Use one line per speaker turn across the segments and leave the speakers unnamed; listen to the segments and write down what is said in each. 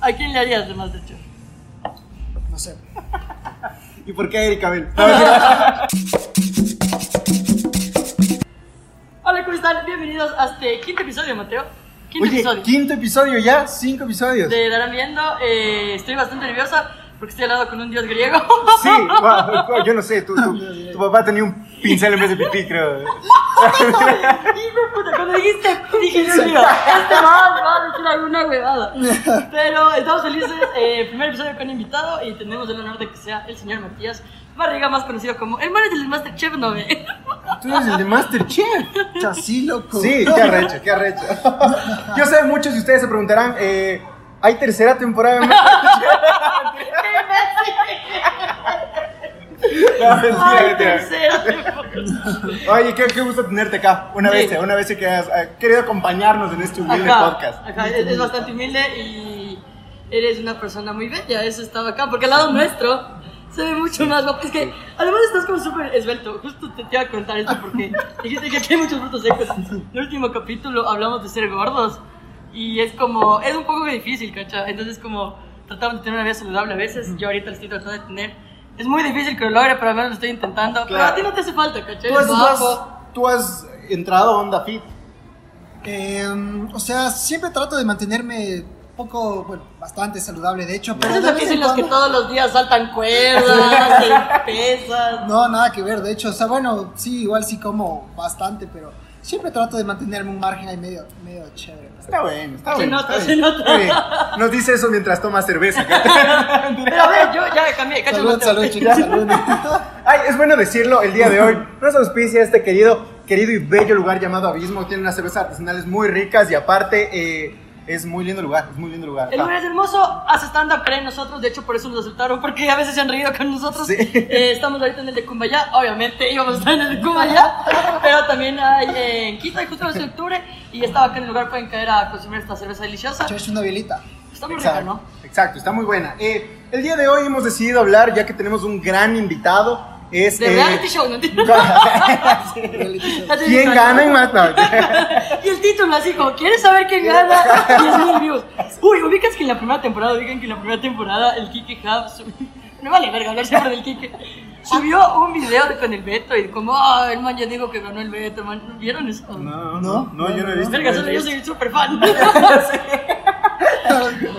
¿A quién le harías de más de Cher?
No sé.
¿Y por qué Erika Bell?
Hola, ¿cómo están? Bienvenidos a este quinto episodio, Mateo. Quinto
Oye,
episodio.
quinto episodio ya, cinco episodios.
Te darán viendo. eh, estoy bastante nerviosa porque estoy al lado con un dios griego.
Sí, wow, yo no sé, tú, tú- tu papá tenía un pincel en vez de pipí, creo.
Hijo de puta, cuando dijiste, dije Dios mío, este va, va a decir alguna huevada. Pero estamos felices, eh, primer episodio con invitado y tenemos el honor de que sea el señor Matías Barriga, más conocido como el manager del Masterchef 9.
Tú eres el de Masterchef. O sea, sí, loco.
Sí, qué arrecho, qué arrecho. Yo sé, muchos de ustedes se preguntarán, eh, ¿hay tercera temporada de No, mentira,
Ay,
mentira.
tercero. temporada.
Oye, qué, qué gusto tenerte acá, una
Sí.
vez, una vez que has eh, querido acompañarnos en este humilde
Ajá,
podcast.
ajá, eres eres bastante humilde y eres una persona muy bella, eso estaba acá, porque al lado nuestro se ve mucho más guapo. Es que además estás como súper esbelto, justo te, te iba a contar esto porque dijiste que aquí hay muchos frutos secos. En el último capítulo hablamos de ser gordos y es como, es un poco difícil, cacha. Entonces como tratamos de tener una vida saludable a veces, yo ahorita lo estoy tratando de tener. Es muy difícil que lo logre, pero al menos lo estoy intentando. Pero a
Claro.
ti no te hace falta, ¿cachai?
¿Tú
Eres
has, tú
guapo.
has- tú has entrado a Onda Fit.
Em, o sea, siempre trato de mantenerme poco, bueno, bastante saludable, de hecho. Pero
Esos
de
son
vez
dicen
en
los que
cuando-
todos los días saltan cuerdas, se pesas.
No, nada que ver, de hecho, o sea, bueno, sí, igual sí como bastante, pero siempre trato de mantenerme un margen ahí medio, medio chévere. ¿no?
Está bueno, está
Se
bueno.
nota,
está
se
bien,
nota.
está bien. Nos dice eso mientras toma cerveza.
Pero a ver, yo ya cambié, cacho
Salud,
Mateo.
salud, chicos, salud.
Ay, es bueno decirlo el día de hoy. Nos auspicia este querido, querido y bello lugar llamado Abismo. Tiene unas cervezas artesanales muy ricas y aparte eh, es muy lindo lugar, es muy lindo lugar.
El lugar es hermoso, hace stand-up pre nosotros, de hecho por eso nos aceptaron, porque a veces se han reído con nosotros.
Sí.
Eh, estamos ahorita en el de Cumbayá, obviamente íbamos a estar en el de Cumbayá, pero también hay eh, en Quito, y justo el 11 de octubre, y estaba acá en el lugar, pueden caer a consumir esta cerveza deliciosa.
Echarse una bielita.
Está muy rica,
Ah, Exacto,
¿no?
exacto, está muy buena. Eh, el día de hoy hemos decidido hablar, ya que tenemos un gran invitado, es...
De
eh,
reality show, ¿no entiendes?
¿Quién gana en más? No.
Y el título así como, ¿quieres saber quién gana? 10.000 views. Uy, ubicas que en la primera temporada, ubican que en la primera temporada el Kike Hub subió... No vale verga hablar siempre del Kike. Subió un video de- con el Beto y como, ah, el man ya dijo que ganó el Beto, man. ¿No ¿Vieron eso?
No, no, no, yo no he visto.
Verga,
no he
solo yo
visto.
soy súper fan.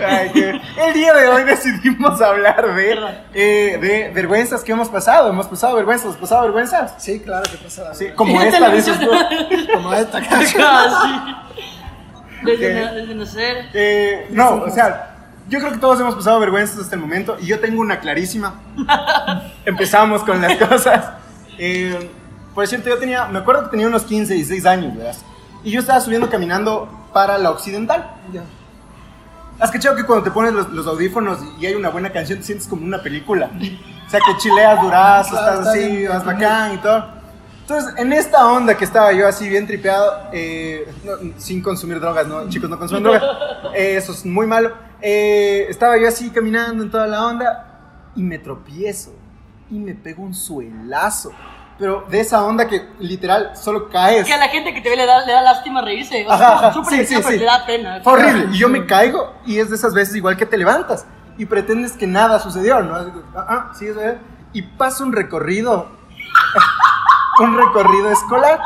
Ay, qué- El día de hoy decidimos hablar de,
Perdón.
eh, de vergüenzas que hemos pasado. Hemos pasado vergüenzas, ¿has pasado vergüenzas.
Sí, claro que pasa la
Sí,
verdad.
como
En
esta de
televisión.
esos dos.
Como esta
Casi.
canción.
Ah, Desde,
Ok.
na- desde nacer.
Eh, no, o sea, yo creo que todos hemos pasado vergüenzas hasta el momento y yo tengo una clarísima. Empezamos con las cosas. Eh, por cierto, yo tenía, me acuerdo que tenía unos 15, 16 años, ¿verdad? Y yo estaba subiendo caminando para la occidental.
Ya.
¿Has cachado que cuando te pones los, los audífonos y hay una buena canción te sientes como una película? O sea, que chileas durazo,
Claro,
estás
está
así,
bien.
vas bacán y todo. Entonces, en esta onda que estaba yo así bien tripeado, eh, no, sin consumir drogas, no, chicos, no consumen drogas, Eh, eso es muy malo. Eh, estaba yo así caminando en toda la onda y me tropiezo y me pego un suelazo. Pero de esa onda que literal solo caes.
Que a la gente que te ve le da, le da lástima reírse. O
Ajá,
sea,
ajá,
súper
sí, sí,
sí,
sí.
pues, le da pena.
Fue horrible. Y yo me caigo y es de esas veces igual que te levantas y pretendes que nada sucedió, ¿no? Así que, Ah, ah, sí, es verdad. Y pasa un recorrido, un recorrido escolar.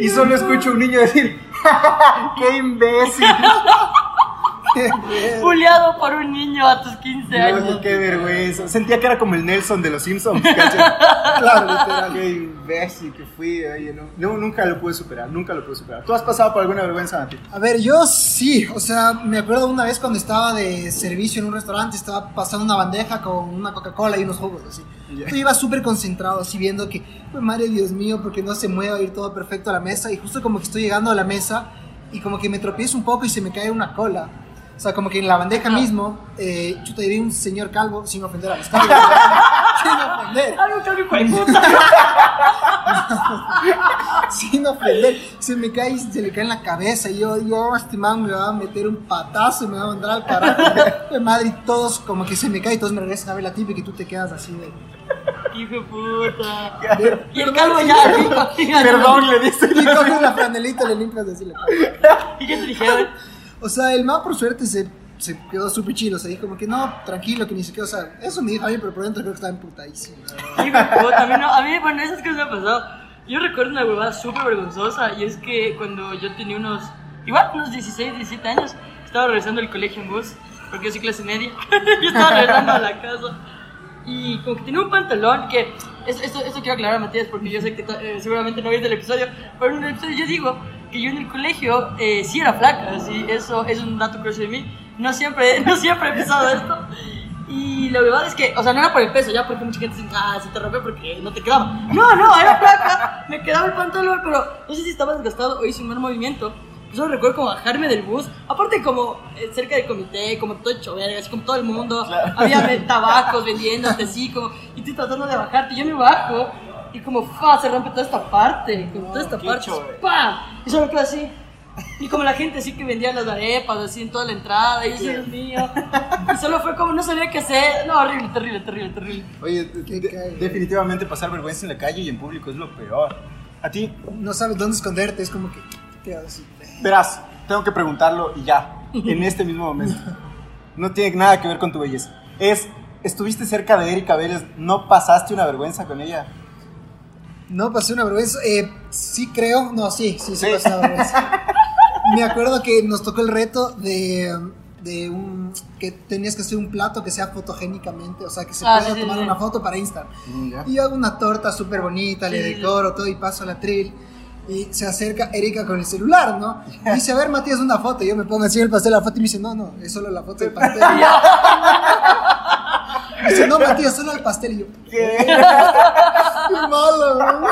Y solo escucho a un niño decir, "Ja, ja, ja, ¡qué imbécil!
Buleado por un niño a tus 15
Yo
años.
dije, ¡Qué vergüenza! Sentía que era como el Nelson de los Simpsons, ¿cachai? Claro, literal, ¡Qué imbécil que fui! Oye, no, no, nunca lo pude superar, nunca lo pude superar. ¿Tú has pasado por alguna vergüenza, Nati?
A ver, yo sí, o sea, me acuerdo una vez cuando estaba de servicio en un restaurante, estaba pasando una bandeja con una Coca-Cola y unos jugos, así.
Ya.
Yo iba súper concentrado, así viendo que, "Pues, madre Dios mío, porque no se mueva ir todo perfecto a la mesa, y justo como que estoy llegando a la mesa, y como que me tropiezo un poco y se me cae una cola. O sea, como que en la bandeja mismo, eh, yo te diré un señor calvo, sin ofender a los calvos, sin ofender.
Ah, no, tengo que puta.
sin ofender, pues, se me cae y se le cae en la cabeza. Y yo, yo, este man me va a meter un patazo y me va a mandar al carajo. De madre, y todos como que se me cae y todos me regresan a ver la típica y tú te quedas así de.
Hijo de puta. Y el calvo ya, hijo, hijo,
Perdón, le dice.
Y coges la franelita y le limpias así la cara.
¿Y qué te dijeron?
O sea, el man por suerte se se quedó súper chido. O sea, dijo como que no, tranquilo, que ni se quedó. O sea, eso me dijo a mí, pero por dentro creo que estaba emputadísimo.
Sí, güey, puta, a mí, no- a mí, bueno, esas cosas me han pasado. Yo recuerdo una huevada súper vergonzosa y es que cuando yo tenía unos, igual unos 16, 17 años, estaba regresando del colegio en bus, porque yo soy clase media, yo estaba regresando a la casa y como que tenía un pantalón que, es- esto, esto quiero aclarar Matías porque yo sé que to- eh, seguramente no viste el episodio, pero en el episodio yo digo que yo en el colegio eh, sí era flaca, así, eso es un dato curioso de mí, no siempre, no siempre he pensado esto. Y la verdad es que, o sea, no era por el peso, ya porque mucha gente dice, ah, se te rompe porque no te quedaba. No, no, era placa, me quedaba el pantalón, pero no sé si estaba desgastado o hice un mal movimiento. Yo solo recuerdo como bajarme del bus, aparte como eh, cerca del comité, como todo hecho verga, así como todo el mundo, había ve- tabacos vendiéndote así, como, y tú tratando de bajarte, yo me bajo, y como, fa, se rompe toda esta parte, como toda esta
qué
parte,
hecho,
pa, y solo quedo así. Y como la gente así que vendía las arepas así en toda la entrada, y yo, Dios mío. Y solo fue como no sabía qué hacer. No, horrible, terrible, terrible, terrible.
Oye, de-
Qué
de-
cague.
definitivamente pasar vergüenza en la calle y en público es lo peor. A ti,
No sabes dónde esconderte, es como que te quedas así.
verás, tengo que preguntarlo y ya, en este mismo momento. No tiene nada que ver con tu belleza. Es, estuviste cerca de Erika Vélez, ¿no pasaste una vergüenza con ella?
No pasé una vergüenza. Eh, sí creo, no, sí, sí, sí
Sí.
pasé una vergüenza. Me acuerdo que nos tocó el reto de, de un que tenías que hacer un plato que sea fotogénicamente, o sea, que se
Ah,
pueda
sí, sí,
tomar
sí.
una foto para Instagram. Y yo hago una torta súper bonita, le
Sí, sí, sí.
decoro todo y paso la tril. Y se acerca Erika con el celular, ¿no? Y dice, a ver, Matías, una foto. Y yo me pongo así el pastel, la foto. Y me dice, no, no, es solo la foto del pastel. Y dice, no, Matías, solo el pastel. Y yo,
¿Qué?
qué malo, ¿no?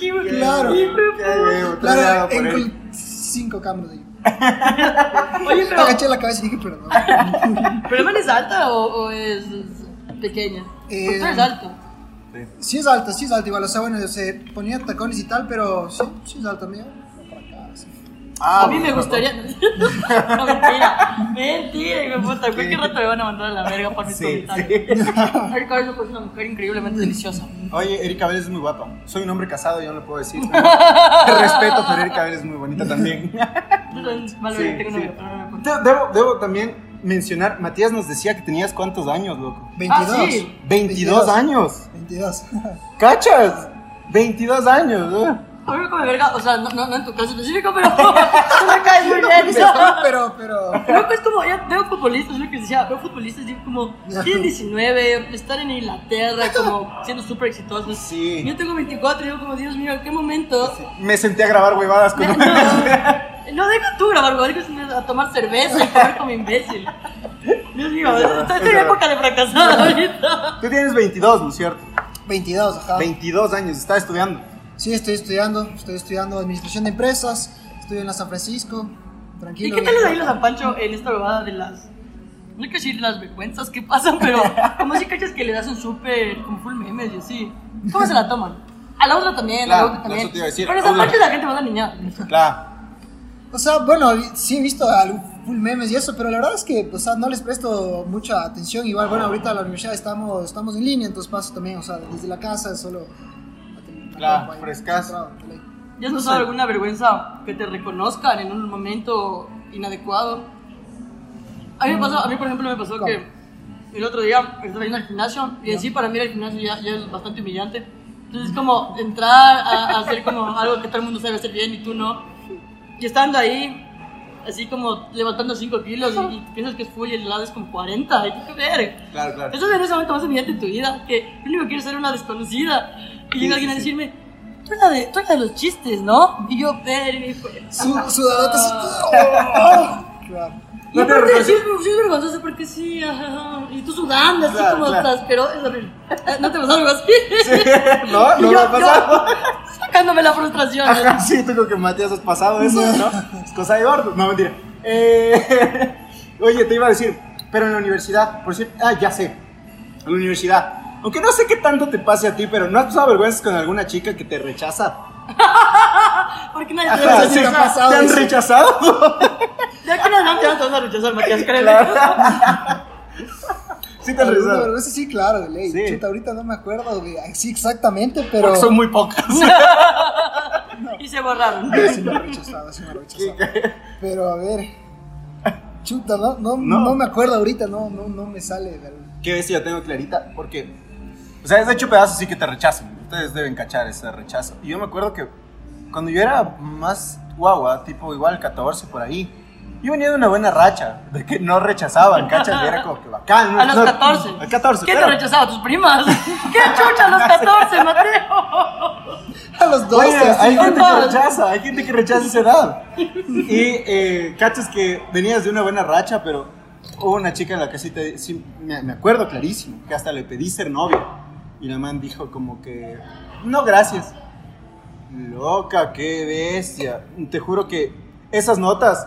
Sí, güey.
Claro.
Sí, güey.
Claro,
Claro, por
en
él.
col- cinco cámaras de
Oye, pero.
Agaché la cabeza y dije, perdón.
¿Pero man es alta o, o es es pequeña?
Eh,
Porque tú eres alto.
Sí es alta, sí es alta, igual, o sea, bueno, se ponía tacones y tal, pero sí, sí es alta, mira. para acá, así.
Ah,
a mí me
bueno,
gustaría. no, mentira. Mentira, hijo de puta. Cualquier rato me van a mandar a la verga por mis
Sí, Mm.
comentarios. Erika Orozco es una mujer increíblemente deliciosa.
Oye, Erika Vélez es muy guapa. Soy un hombre casado, yo no lo puedo decir. Te respeto, pero Erika Vélez es muy bonita también.
Yo también, mal,
Sí,
tengo
sí.
novio, pero no me importa.
Te- Debo, debo también mencionar, Matías nos decía que tenías cuántos años, loco.
22.
Ah, sí.
22 años.
22.
¿Cachas? 22 años. ¿eh?
A mí me come verga, o sea, no, no, no en tu caso específico, pero tú me caes muy bien.
pero, pero.
Creo que es como, ya veo futbolistas, es lo que decía, veo futbolistas digo, como, tienen 19, están en Inglaterra, como, siendo súper exitosos.
Sí.
Yo tengo 24 y digo como, Dios mío, ¿en qué momento?
Me senté a grabar huevadas con
No, no, deja tú grabar, güey, deja a tomar cerveza y comer como imbécil. Dios mío, está en época de fracasado ahorita.
Tú tienes 22, ¿no es cierto?
22, ajá.
22 años, estás estudiando.
Sí, estoy estudiando, estoy estudiando administración de empresas, estoy en la San Francisco,
¿Y
tranquilo.
qué tal
bien.
les ha ido a San Pancho en esta huevada de las... No hay que decir las vergüenzas que pasan, pero como si cachas que le das un súper como full memes y así. ¿Cómo se la toman? A la otra también, a
Claro,
la otra
eso
también.
te iba a decir,
Pero en San
Aula.
Pancho la gente va a niña.
Claro.
O sea, bueno, sí he visto algún full memes y eso, pero la verdad es que, o sea, no les presto mucha atención. Igual, bueno, ahorita la universidad estamos, estamos en línea, entonces paso también, o sea, desde la casa, solo.
Claro,
ahí,
frescas.
concentrado, ahí.
¿Ya has pasado alguna vergüenza que te reconozcan en un momento inadecuado? A mí, me pasó, a mí por ejemplo, me pasó
¿Cómo?
que el otro día estaba yendo al gimnasio y en sí para mí ir al gimnasio ya, ya es bastante humillante. Entonces es como entrar a, a hacer como algo que todo el mundo sabe hacer bien y tú no. Y estando ahí, así como levantando 5 kilos y, y piensas que es full y el lado es con 40. Y tú, qué verga.
Claro, claro.
Eso es en ese momento más humillante en tu vida, que lo único que quiero ser una desconocida. Y llega alguien a decirme, tú eres la de, tú eres la de los chistes, ¿no? Y yo, pero, y fue-
Su, sudadota,
Ah,
su- Claro.
Y
No te
aparte,
reconoces.
sí, es, sí es vergonzoso porque sí, ajá, y tú sudando, así
Claro,
como
claro.
estás, pero es horrible. Eh, ¿No te pasó algo así?
No,
Y
no
yo-
me ha pasado.
yo sacándome la frustración.
Ajá, sí, tú creo que Matías has pasado eso, ¿no? Es cosa de gordo. No, mentira. Eh, oye, te iba a decir, pero en la universidad, por cierto, ah, ya sé. En la universidad. Aunque no sé qué tanto te pase a ti, pero ¿no has pasado vergüenzas con alguna chica que te rechaza?
Porque nadie te
Ajá,
va a
sí,
rechazar.
me ha pasado
¿Te han
eso.
rechazado?
Ya que no, no te vas a rechazar, Matías, créeme.
Sí, te han
Alguna
rechazado.
vergüenza, sí, claro, de ley.
Sí.
Chuta, ahorita no me acuerdo de así exactamente, pero.
Porque son muy pocas.
Y se borraron.
Sí, me ha rechazado, sí me ha rechazado. Pero a ver. Chuta, no, no,
No.
no. me acuerdo ahorita, no, no, no me sale. ¿verdad?
Que ese ya tengo clarita, porque. O sea, es hecho pedazos sí que te rechazan. Ustedes deben cachar ese rechazo. Y yo me acuerdo que cuando yo era más guagua, tipo igual 14 por ahí, yo venía de una buena racha, de que no rechazaban, cachas, y era como que bacán. ¿no?
A los
No,
14.
A 14,
¿Qué
claro.
te rechazaba tus primas? ¿Qué chucha a los 14, Mateo?
A los 12,
Oye,
así,
hay
con
gente que
todos.
rechaza, hay gente que rechaza esa edad. Y eh, cachas que venías de una buena racha, pero hubo una chica en la que sí te. sí, me, me acuerdo clarísimo, que hasta le pedí ser novio. Y la man dijo como que. No, gracias. Loca, qué bestia. Te juro que esas notas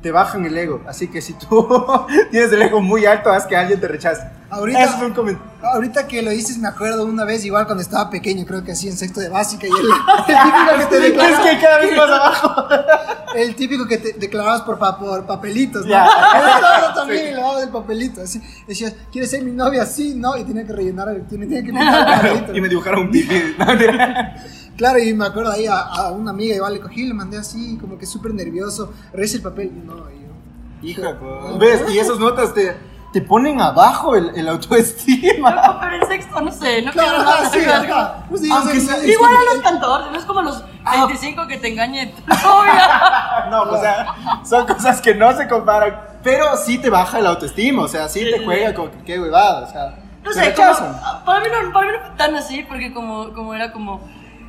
te bajan el ego. Así que si tú tienes el ego muy alto, haz que alguien te rechace.
Ahorita-
Eso es un comentario.
Ahorita que lo dices, me acuerdo una vez, igual cuando estaba pequeño, creo que así en sexto de básica, y el, el típico que te
Es
declaraba,
que cada vez más abajo.
el típico que te declarabas por, pa- por papelitos, ¿no?
Ya.
Yo también le daba del papelito, así. Decías, ¿quieres ser mi novia? Sí, no, y tenía que rellenar, el- tenía tenía que pintar el papelito.
Y me dibujaron un pipi. No, mentira.
Claro, y me acuerdo ahí a, a una amiga, igual le cogí, le mandé así, como que súper nervioso, reza el papel, y no, y yo.
Hija, ¿ves? Y esas notas te, te ponen abajo el, el autoestima.
Loco, pero el sexto, no sé, no
Claro,
quiero nada.
ah, sí,
¿sabes?
ajá. Pues sí,
Aunque
sí,
sea-
sí,
Igual
sí.
a los 14, no es como a los
Ah.
25 que te engañe tu novia.
No, o sea, son cosas que no se comparan, pero sí te baja el autoestima, o sea, sí te juega con que qué huevada, o sea,
No
te
sé,
rechazan.
como- para, mí no, para mí no fue tan así, porque como, como era como.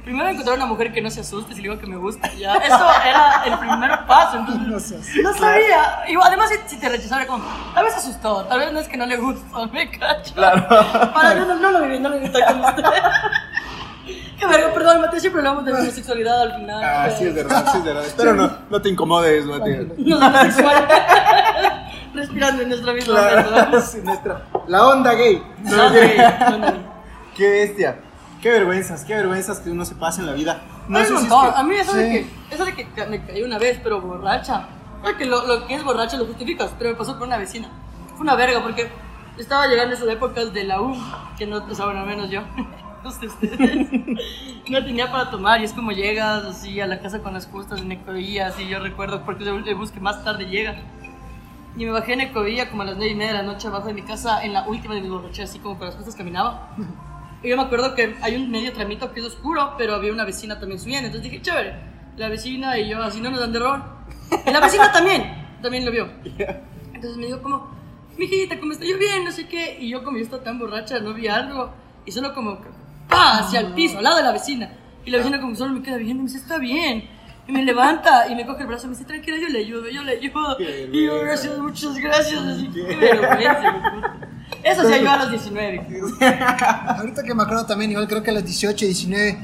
Primero encontrar una mujer que no se asuste si le digo que me gusta, ya. Eso era el primer paso, entonces.
No seas-
No sabía. Y además, si- si te rechazó, era como. Tal vez se asustó, tal vez no es que no le gustó, me cacho. Claro. Para, no, no, no lo viví, no lo viví tan como usted. Qué verga, perdón, Mateo, siempre hablamos de la homosexualidad al final.
Ah, sí, es verdad, sí, es verdad. Espero no, no te incomodes, Matías.
Nos homosexuales. Respirando en nuestra misma
Claro,
mesa.
sí, nuestra- la onda gay.
No, güey, no, no, no.
Qué bestia. Qué vergüenzas, qué vergüenzas que uno se pasa en la vida. No
Hay
sé
un
si es
montón.
que-
A mí eso, de
sí.
que, eso de que ca- me caí una vez, pero borracha. Claro que lo, lo que es borracha lo justificas, pero me pasó con una vecina. Fue una verga porque estaba llegando a esas épocas de la U, que no, o sea, bueno, al menos yo, no sé ustedes, no tenía para tomar y es como llegas así a la casa con las justas en Ecovía, así yo recuerdo, porque el el bus que más tarde llega. Y me bajé en Ecovía como a las 9 y media de la noche abajo de mi casa, en la última de mi borrachera, así como con las justas caminaba. Y yo me acuerdo que hay un medio tramito que es oscuro, pero había una vecina también subiendo. Entonces dije, chévere, la vecina y yo, así no nos dan terror. Y la vecina también, también lo vio. Entonces me dijo como, mijita, ¿cómo está? Yo bien, no sé qué. Y yo como yo estaba tan borracha, no vi algo. Y solo como, pa, hacia el piso, al lado de la vecina. Y la vecina como solo me queda viendo y me dice, está bien. Y me levanta y me coge el brazo y me dice, tranquila, yo le ayudo, yo le ayudo.
Qué
Y yo,
vergüenza.
gracias, muchas gracias. Así, qué vergüenza, hijo de puta. Eso hacía yo a los 19.
Ahorita que me acuerdo también, igual creo que a los 18, 19,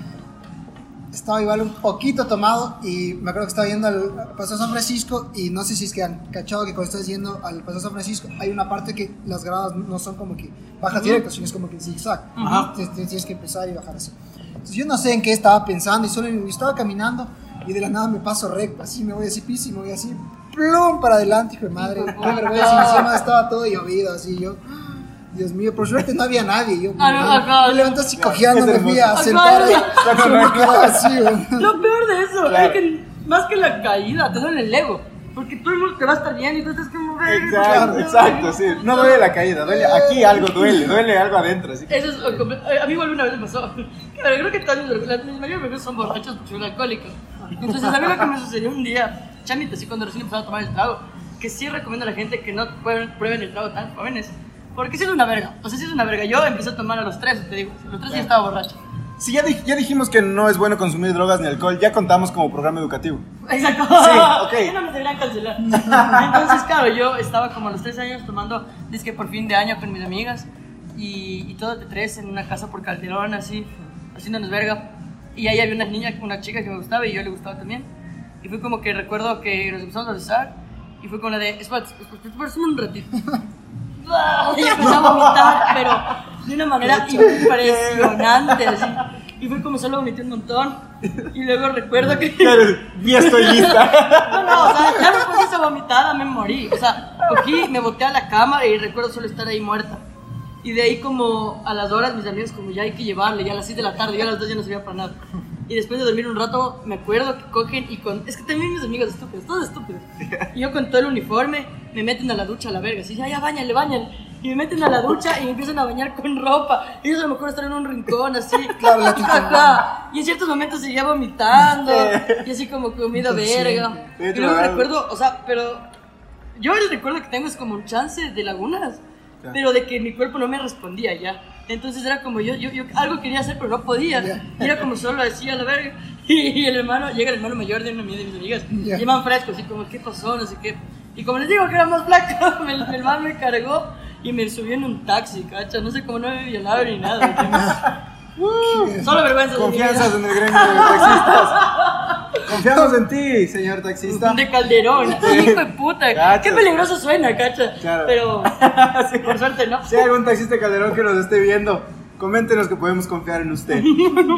estaba igual un poquito tomado y me acuerdo que estaba yendo al al Paseo San Francisco y no sé si es que han cachado que cuando estás yendo al Paseo San Francisco hay una parte que las gradas no son como que bajas directo, sino es como que en zigzag.
Ajá.
Te- te- Tienes que empezar y bajar así. Entonces yo no sé en qué estaba pensando y solo estaba caminando y de la nada me paso recto, así me voy así piso y me voy así plum para adelante, hijo de madre, qué vergüenza, encima estaba todo llovido así yo. Dios mío, por suerte no había nadie. Yo
Ah, no,
me-
ajá.
me levanté así cojeando,
Es
me
hermoso.
fui a
Ajá.
sentar ahí.
No, no,
Yo
no.
me quedaba así, güey.
Lo peor de eso
Claro.
es que más que la caída, te duele el ego. Porque todo el mundo te va a estar bien y tú estás como ver.
Exacto, exacto, sí. No duele la caída, duele. Aquí algo duele, duele algo adentro. Así que,
Eso es, lo comple- a mí igual una vez me pasó. Claro, creo que todos mis, las- mis mayores bebés son borrachos porque son alcohólicos. Entonces, a mí lo que me sucedió un día, chamito, así cuando recién empezaba a tomar el trago, que sí recomiendo a la gente que no prueben, prueben el trago tan jóvenes. Porque sí es una verga. O sea, sí es una verga. Yo empecé a tomar a los tres, te digo. A los tres ya estaba borracho.
si ya, dij- ya dijimos que no es bueno consumir drogas ni alcohol, ya contamos como programa educativo.
Exacto.
Sí, ok.
Ya no me deberían cancelar. Entonces, claro, yo estaba como a los tres años tomando disque por fin de año con mis amigas y, y todo de tres en una casa por Calderón, así, haciéndonos verga. Y ahí había una niña, una chica que me gustaba y yo le gustaba también. Y fue como que recuerdo que nos empezamos a besar y fue con la de, pues, espera, espera, espera un ratito. Y empecé a vomitar, pero de una manera impresionante, así. Y fue como solo vomité un montón. Y luego recuerdo que...
Claro, ya estoy lista.
No, no, o sea, ya después de esa vomitada me morí. O sea, cogí, me boté a la cama y recuerdo solo estar ahí muerta. Y de ahí como a las horas mis amigos como ya hay que llevarle, ya a las 6 de la tarde, ya a las 2 ya no servía para nada. Y después de dormir un rato me acuerdo que cogen y con... Es que también mis amigos estúpidos, todos estúpidos. Y yo con todo el uniforme me meten a la ducha a la verga. Si ya, ya bañan, le bañan. Y me meten a la ducha y me empiezan a bañar con ropa. Y yo se me ocurre estar en un rincón así.
Claro, la
Ajá, ajá. Y en ciertos momentos seguía vomitando. Y así como comida
Sí.
verga.
Sí,
Y
te
luego
lo hago.
recuerdo, o sea, pero yo el recuerdo que tengo es como un chance de lagunas,
Ya.
pero de que mi cuerpo no me respondía ya. Entonces era como yo, yo, yo algo quería hacer, pero no podía.
Ya.
Y era como solo así a la verga. Y, el hermano, llega el hermano mayor de una mía de mis amigas,
Ya.
y el man fresco, así como, ¿qué pasó? No sé qué. Y como les digo que era más flaco, el, el man me cargó y me subió en un taxi, cacha. No sé cómo no me violaron ni nada. Uh, solo vergüenza. de mi vida.
Confianzas en el gremio de taxistas. Confiamos en ti, señor taxista.
De Calderón, hijo de puta.
Cachas.
Qué peligroso suena, cacha.
Claro.
Pero por suerte no.
Si hay algún taxista de Calderón que nos esté viendo, coméntenos que podemos confiar en usted.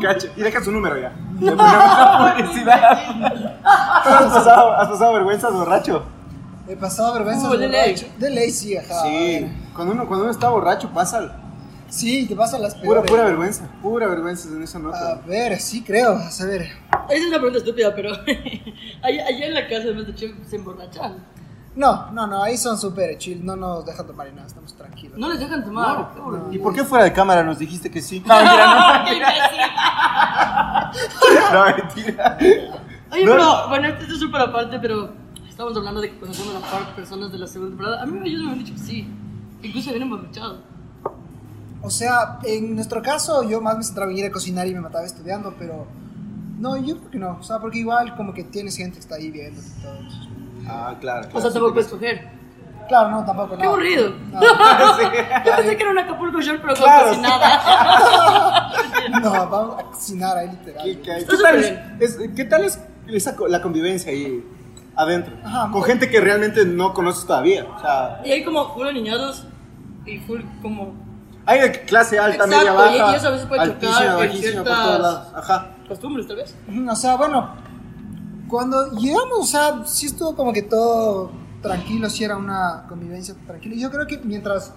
Cacho. Y deja su número ya. Le ponemos la publicidad. Pero ¿Has pasado, has pasado vergüenzas, borracho?
He pasado vergüenza.
Uh, de ley.
De ley, sí, ajá.
Sí. Cuando uno, cuando uno está borracho, pasa.
Sí, te pasan las
Pura,
peores.
pura vergüenza. Pura vergüenza en esa
A
nota.
ver, sí creo. A ver.
Esa es una pregunta estúpida, pero allá, allá en la casa de Master Chef se emborrachan.
No, no, no, ahí son súper chill. No nos dejan tomar y nada, estamos tranquilos.
No les dejan tomar. Pobre.
¿Y por qué fuera de cámara nos dijiste que sí?
¡Qué imbécil!
No, mentira.
Oye,
No.
pero bueno, esto es súper aparte, pero estamos hablando de que conocemos a par personas de la segunda temporada. A mí ellos me han dicho que sí. Incluso vienen emborrachados.
O sea, en nuestro caso, yo más me centraba en ir a cocinar y me mataba estudiando, pero. No, yo creo que no. O sea, porque igual como que tienes gente que está ahí viendo y todo eso.
Ah, claro.
O sea, tampoco puedes coger.
Claro, no, tampoco.
¡Qué
no.
aburrido!
No,
Yo pensé que era un Acapulco Shore, pero con
Claro,
cocinada.
no, vamos a cocinar ahí literal.
¿Qué, qué-
Está
qué tal, es,
súper
es- qué tal es esa co- la convivencia ahí adentro?
Ajá,
con gente que realmente no conoces todavía. O sea,
Y hay como full aniñados y full como
hay de clase alta,
Exacto,
media
y-
baja.
y eso a veces puede
altísima,
chocar en
bajísima, por
ciertas-
todos lados. Ajá.
costumbres, tal vez.
Ujú, O sea, bueno, cuando llegamos, o sea, sí estuvo como que todo tranquilo, sí era una convivencia tranquila. Yo creo que mientras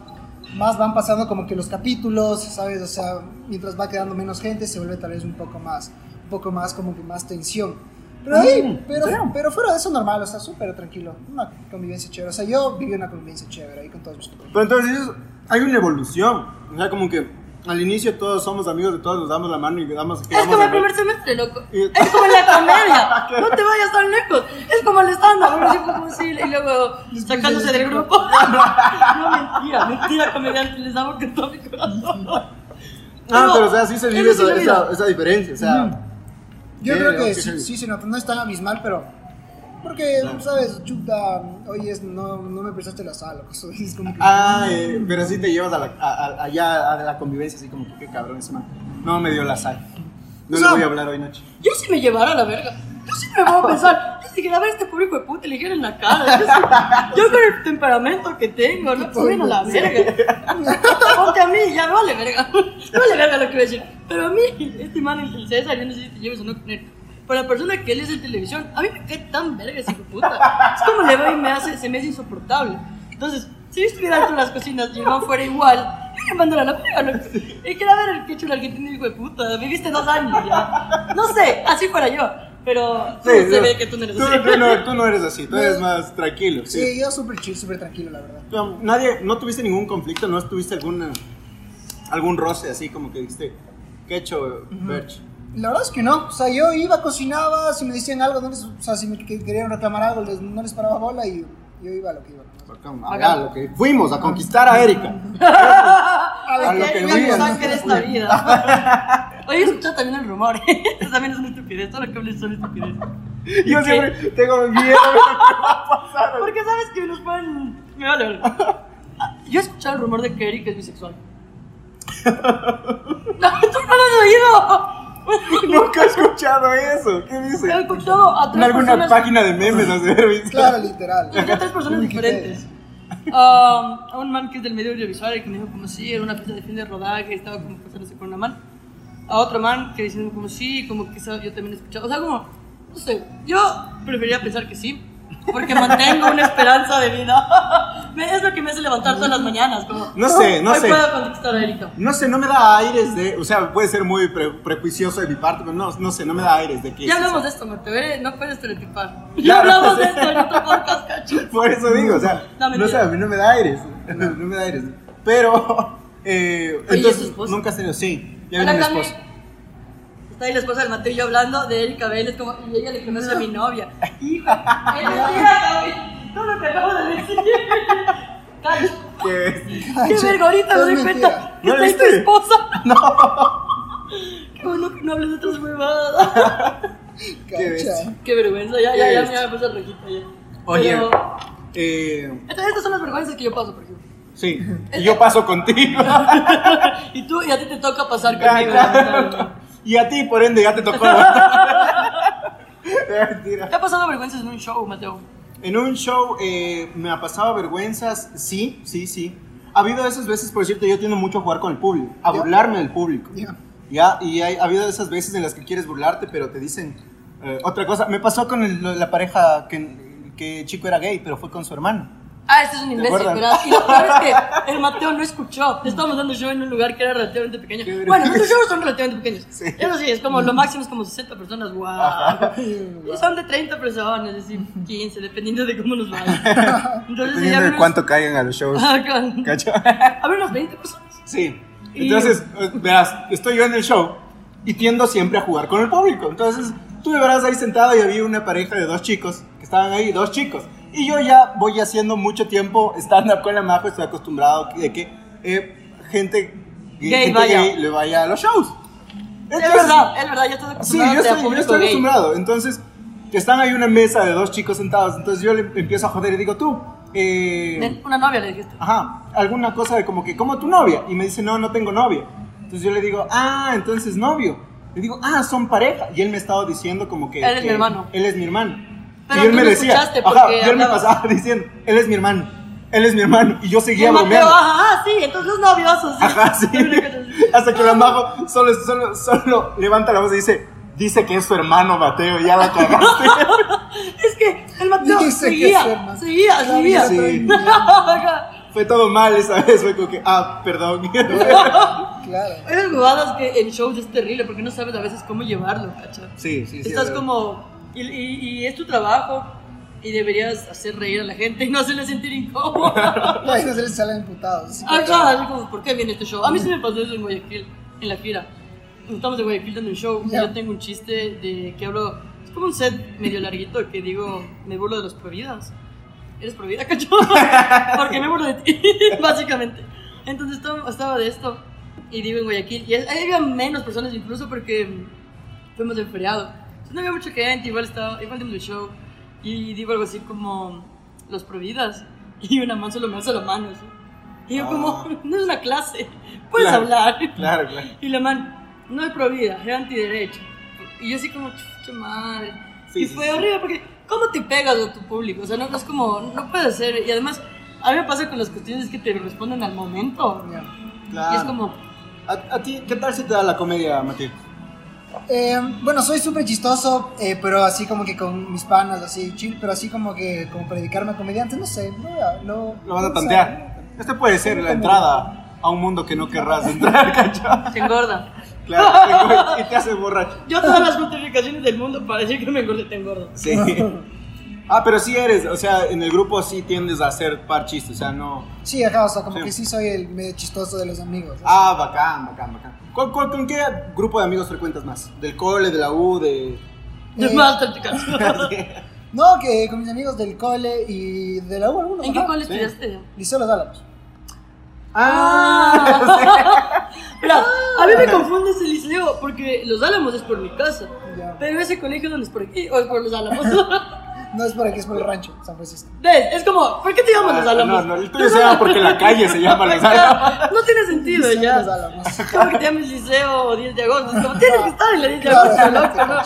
más van pasando como que los capítulos, ¿sabes? O sea, mientras va quedando menos gente, se vuelve tal vez un poco más, un poco más como que más tensión. Pero ahí,
Mm,
pero,
damn.
pero fuera de eso normal, o sea, súper tranquilo, una convivencia chévere. O sea, yo viví una convivencia chévere ahí con todos mis compañeros.
Pero entonces ellos- hay una evolución. O sea, como que al inicio todos somos amigos de todos, nos damos la mano y damos.
Es
quedamos
como el
de-
primer semestre, loco.
Y-
Es como en la comedia. No te vayas tan lejos. Es como el stand-up. uno siempre como así, Y luego sacándose del grupo. No, mentira, mentira, comediante. Les damos que todo mi corazón.
Ah,
No,
pero o sea, sí se vive
eso sí
esa,
se vive.
esa- esa diferencia. O sea,
Yo
Sí,
creo que
ok,
sí,
sí.
sí se nota, no es tan abismal, pero. Porque,
Claro.
¿sabes? Chuta, oye, es- no, no me prestaste la sala, cosas así, es como que.
ah, eh, pero sí te llevas a la- a- a- allá a la convivencia, así como que qué cabrón ese man. No me dio la sal. No
O
le
sea,
voy a hablar hoy noche.
Yo sí me llevara a la verga. Yo sí me voy a pensar. Yo sí que a ver este público de puta y le dijeron en la cara. Yo, sí- yo con el temperamento que tengo, no me a la verga. Porque a mí ya me vale verga. Me vale verga lo que voy a decir. Pero a mí, este man, el César, yo no sé si te lleves o no con él. Pero la persona que él es en televisión, a mí me cae tan verga ese hijo de puta. Es como le va y me hace, se me hace insoportable. Entonces, si yo estuviera dentro de las cocinas y no fuera igual, yo le mando a la verga, loco. Y que era ver el quechua el argentino, hijo de puta. Viviste dos años ya. No sé, así fuera yo. Pero tú se
no.
ve que tú no eres así.
Tú no, tú no eres así, tú eres más tranquilo.
sí,
Sí.
yo súper chill, súper tranquilo, la verdad.
Tú, Nadie, no tuviste ningún conflicto, no tuviste alguna, algún roce así como que dijiste, ¿qué he hecho, Berch?
La verdad es que no, o sea, yo iba, cocinaba, si me decían algo, no les- o sea, si me que- querían reclamar algo, les- no les paraba bola y yo iba a lo que iba.
Acá, lo que fuimos a conquistar a Erika.
A
lo que
venga
huían.
mi sangre de esta vida. Oye, escucha también el rumor. Esto también es una estupidez. Todo lo que hables es una estupidez.
Yo
Ok.
siempre tengo miedo de lo que va a pasar.
Porque sabes que nos pueden. Me vale, vale. Yo he escuchado el rumor de que Eric es bisexual. No, tú no lo has oído.
Nunca he escuchado eso. ¿Qué dice?
He escuchado a
En
tres
alguna
personas.
página de memes, has de haber visto.
Claro, literal.
Y a tres personas
Uy, qué
diferentes. Ah, a un man que es del medio audiovisual y que me dijo como sí, era una fiesta de fin de rodaje, estaba como pasándose con una man. A otro man que diciendo como sí, como que esa- yo también he escuchado. O sea, como, no sé, yo preferiría pensar que sí, Porque mantengo una esperanza de vida. Me- es lo que me hace levantar todas las mañanas. Como,
No sé, no
hoy
sé.
puedo conquistar a Erika.
No sé, no me da aires de. O sea, puede ser muy pre- prejuicioso de mi parte, pero no, no sé, no me da aires de que.
Ya hablamos de esto, Mateo. ¿eh? No puedes estereotipar. Ya
Claro.
hablamos de esto en otro podcast, cacho.
Por eso digo, o sea,
No,
no,
mentira.
sé, a mí no me da aires. No, me da aires. Pero. Eh,
Oye, ¿y
entonces,
tu esposa?
nunca has tenido. Sí, ya
Hola,
viene mi
Cami.
esposa.
Está ahí la esposa del Mateo y yo hablando de Erika Vélez, como, y ella le conoce a mi novia. Hijo, Cami, tú lo que acabo de decir. Cacho,
Que-
qué verga, ahorita me
es
doy
mentira.
cuenta.
¿No
Está ahí tu
viste?
esposa. No. Qué bueno que no hables de otras huevadas.
¿Qué ves?
Cacha.
Qué vergüenza, ya, ya, ya,
Yes.
ya me puse rojita ya.
Oye.
Pero-
eh,
Entonces, estas son las vergüenzas que yo paso, por ejemplo.
sí, y yo paso contigo.
Y tú, y a ti te toca pasar
Ay,
conmigo.
Ah, claro. Y a ti, por ende, ya te tocó. Mentira.
¿Te ha pasado vergüenzas en un show, Mateo?
En un show eh, me ha pasado vergüenzas, sí, sí, sí. Ha habido esas veces, por cierto, yo tiendo mucho a jugar con el público, a
Ya.
burlarme del público.
Ya.
Ya, y hay, ha habido esas veces en las que quieres burlarte, pero te dicen eh, otra cosa. Me pasó con el- la pareja que, que Chico era gay, pero fue con su hermano.
Ah, este es un imbécil,
acuerdas?
¿verdad? Y lo peor es que el Mateo no escuchó. Estábamos dando show en un lugar que era relativamente pequeño.
Qué
Bueno,
vergüenza.
nuestros shows son relativamente pequeños.
Sí.
Eso sí, es como lo máximo es como 60 personas. ¡Wow! Y son de 30 personas, es decir, 15, dependiendo de cómo nos vaya. Entonces, sí, había unos-
caigan a los shows.
Acá.
¿Cacho?
Había unas 20 personas.
Sí.
Y-
Entonces, eh, verás, estoy yo en el show y tiendo siempre a jugar con el público. Entonces, tú me verás ahí sentado y había una pareja de dos chicos que estaban ahí, dos chicos. Y yo ya voy haciendo mucho tiempo stand-up con la majo, estoy acostumbrado de que eh, gente,
Gay
gente
vaya.
gay le vaya a los shows.
es verdad, es verdad, yo estoy acostumbrado
Sí, yo
a
estoy, yo
público
estoy
gay.
acostumbrado. Entonces, están ahí una mesa de dos chicos sentados. Entonces, yo le empiezo a joder y digo, tú, eh,
Ven, Una novia le dijiste.
ajá, alguna cosa de como que, ¿cómo tu novia? Y me dice, no, no tengo novia. Entonces yo le digo, ah, entonces novio. Le digo, ah, son pareja. Y él me estaba diciendo como que...
Él es
que
mi hermano.
Él es mi hermano.
Pero
y él
tú
me
no
decía,
escuchaste
ajá,
porque
y él me
hablabas.
pasaba diciendo, él es mi hermano, él es mi hermano. Y yo
Y
seguía
el Mateo,
bromeando.
ajá, sí, entonces los noviosos. sí.
Ajá, sí. Hasta que la majo solo, solo, solo levanta la voz y dice, dice que es su hermano Mateo, ya la cagaste.
Es que el Mateo
Dice que es su
seguía,
hermano.
seguía,
Claro,
seguía.
yo
Sí.
también.
Fue todo mal esa vez, fue como que, ah, perdón.
Claro.
Esas jugadas que en shows es terrible porque no sabes a veces cómo llevarlo, ¿cachai?
sí, sí, sí.
Estás
es verdad.
como. Y, y- y es tu trabajo y deberías hacer reír a la gente y no hacerle sentir incómodo. Ajá,
No, ahí no se les salen imputados. Sí,
así como, ¿por qué viene este show? A mí sí me pasó eso en Guayaquil, en la gira. Estamos en Guayaquil dando un show y
Ya.
yo tengo un chiste de que hablo. Es como un set medio larguito que digo, me burlo de los prohibidas. eres prohibida, cacho. Porque me burlo de ti, básicamente. Entonces estaba, estaba de esto y digo en Guayaquil. Y es- ahí había menos personas incluso porque mm, fuimos en feriado. Entonces no había mucha gente, igual estaba, igual dimos el show. Y digo algo así como, los prohibidas. Y una man solo me alza la mano. así. Y yo como,
Ah.
no es una clase, puedes
Claro.
hablar.
Claro, claro.
Y la man, no es provida, es antiderecho. Y yo así como, chucha madre.
Sí,
y
sí,
fue
sí.
horrible porque, ¿cómo te pegas a tu público? O sea, no es como, no puede ser. Y además, a mí me pasa con las cuestiones que te responden al momento.
ya.
Y
Claro.
es como,
¿A, a ti qué tal se te da la comedia, Matías?
Eh, bueno, soy súper chistoso, eh, pero así como que con mis panas, así chill, pero así como que como predicarme a comediante, no sé, no, ah, no-
¿Lo vas a
no sé.
tantear? Este puede ser la entrada a un mundo que no querrás entrar, cacho.
te engorda.
Claro, y te hace borracho.
Yo todas las justificaciones del mundo para decir que me engorda, te engorda.
Sí. Ah, pero sí eres, o sea, en el grupo sí tiendes a hacer par chistes, o sea, no.
Sí, ajá, o sea, como
Sí.
que sí soy el medio chistoso de los amigos. ¿no?
Ah, bacán, bacán, bacán. ¿Cuál- cuál- ¿Con qué grupo de amigos frecuentas más? ¿Del cole, de la U, de.? Ah,
Es
Eh,
más, te cansas.
No, que con mis amigos del cole y de la U algunos.
¿En qué
ajá.
cole
sí.
estudiaste?
Liceo Los Álamos.
Ah. Mira, a mí
Ah.
me confunde ese liceo porque Los Álamos es por mi casa.
Ya.
Pero ese colegio donde es por aquí o es por Los Álamos.
No es por aquí, es por el rancho, San Francisco.
¿Ves? Es como, ¿por qué te llaman Los
Ah, no,
Álamos?
no, el tuyo se llama porque la calle se llama Los Álamos.
Ya, No tiene sentido
Liceo Los
ya.
Álamos.
Como que te llames liceo o 10 de agosto. Es como, tienes que estar en la 10 de agosto,
Claro.
loco, ¿no?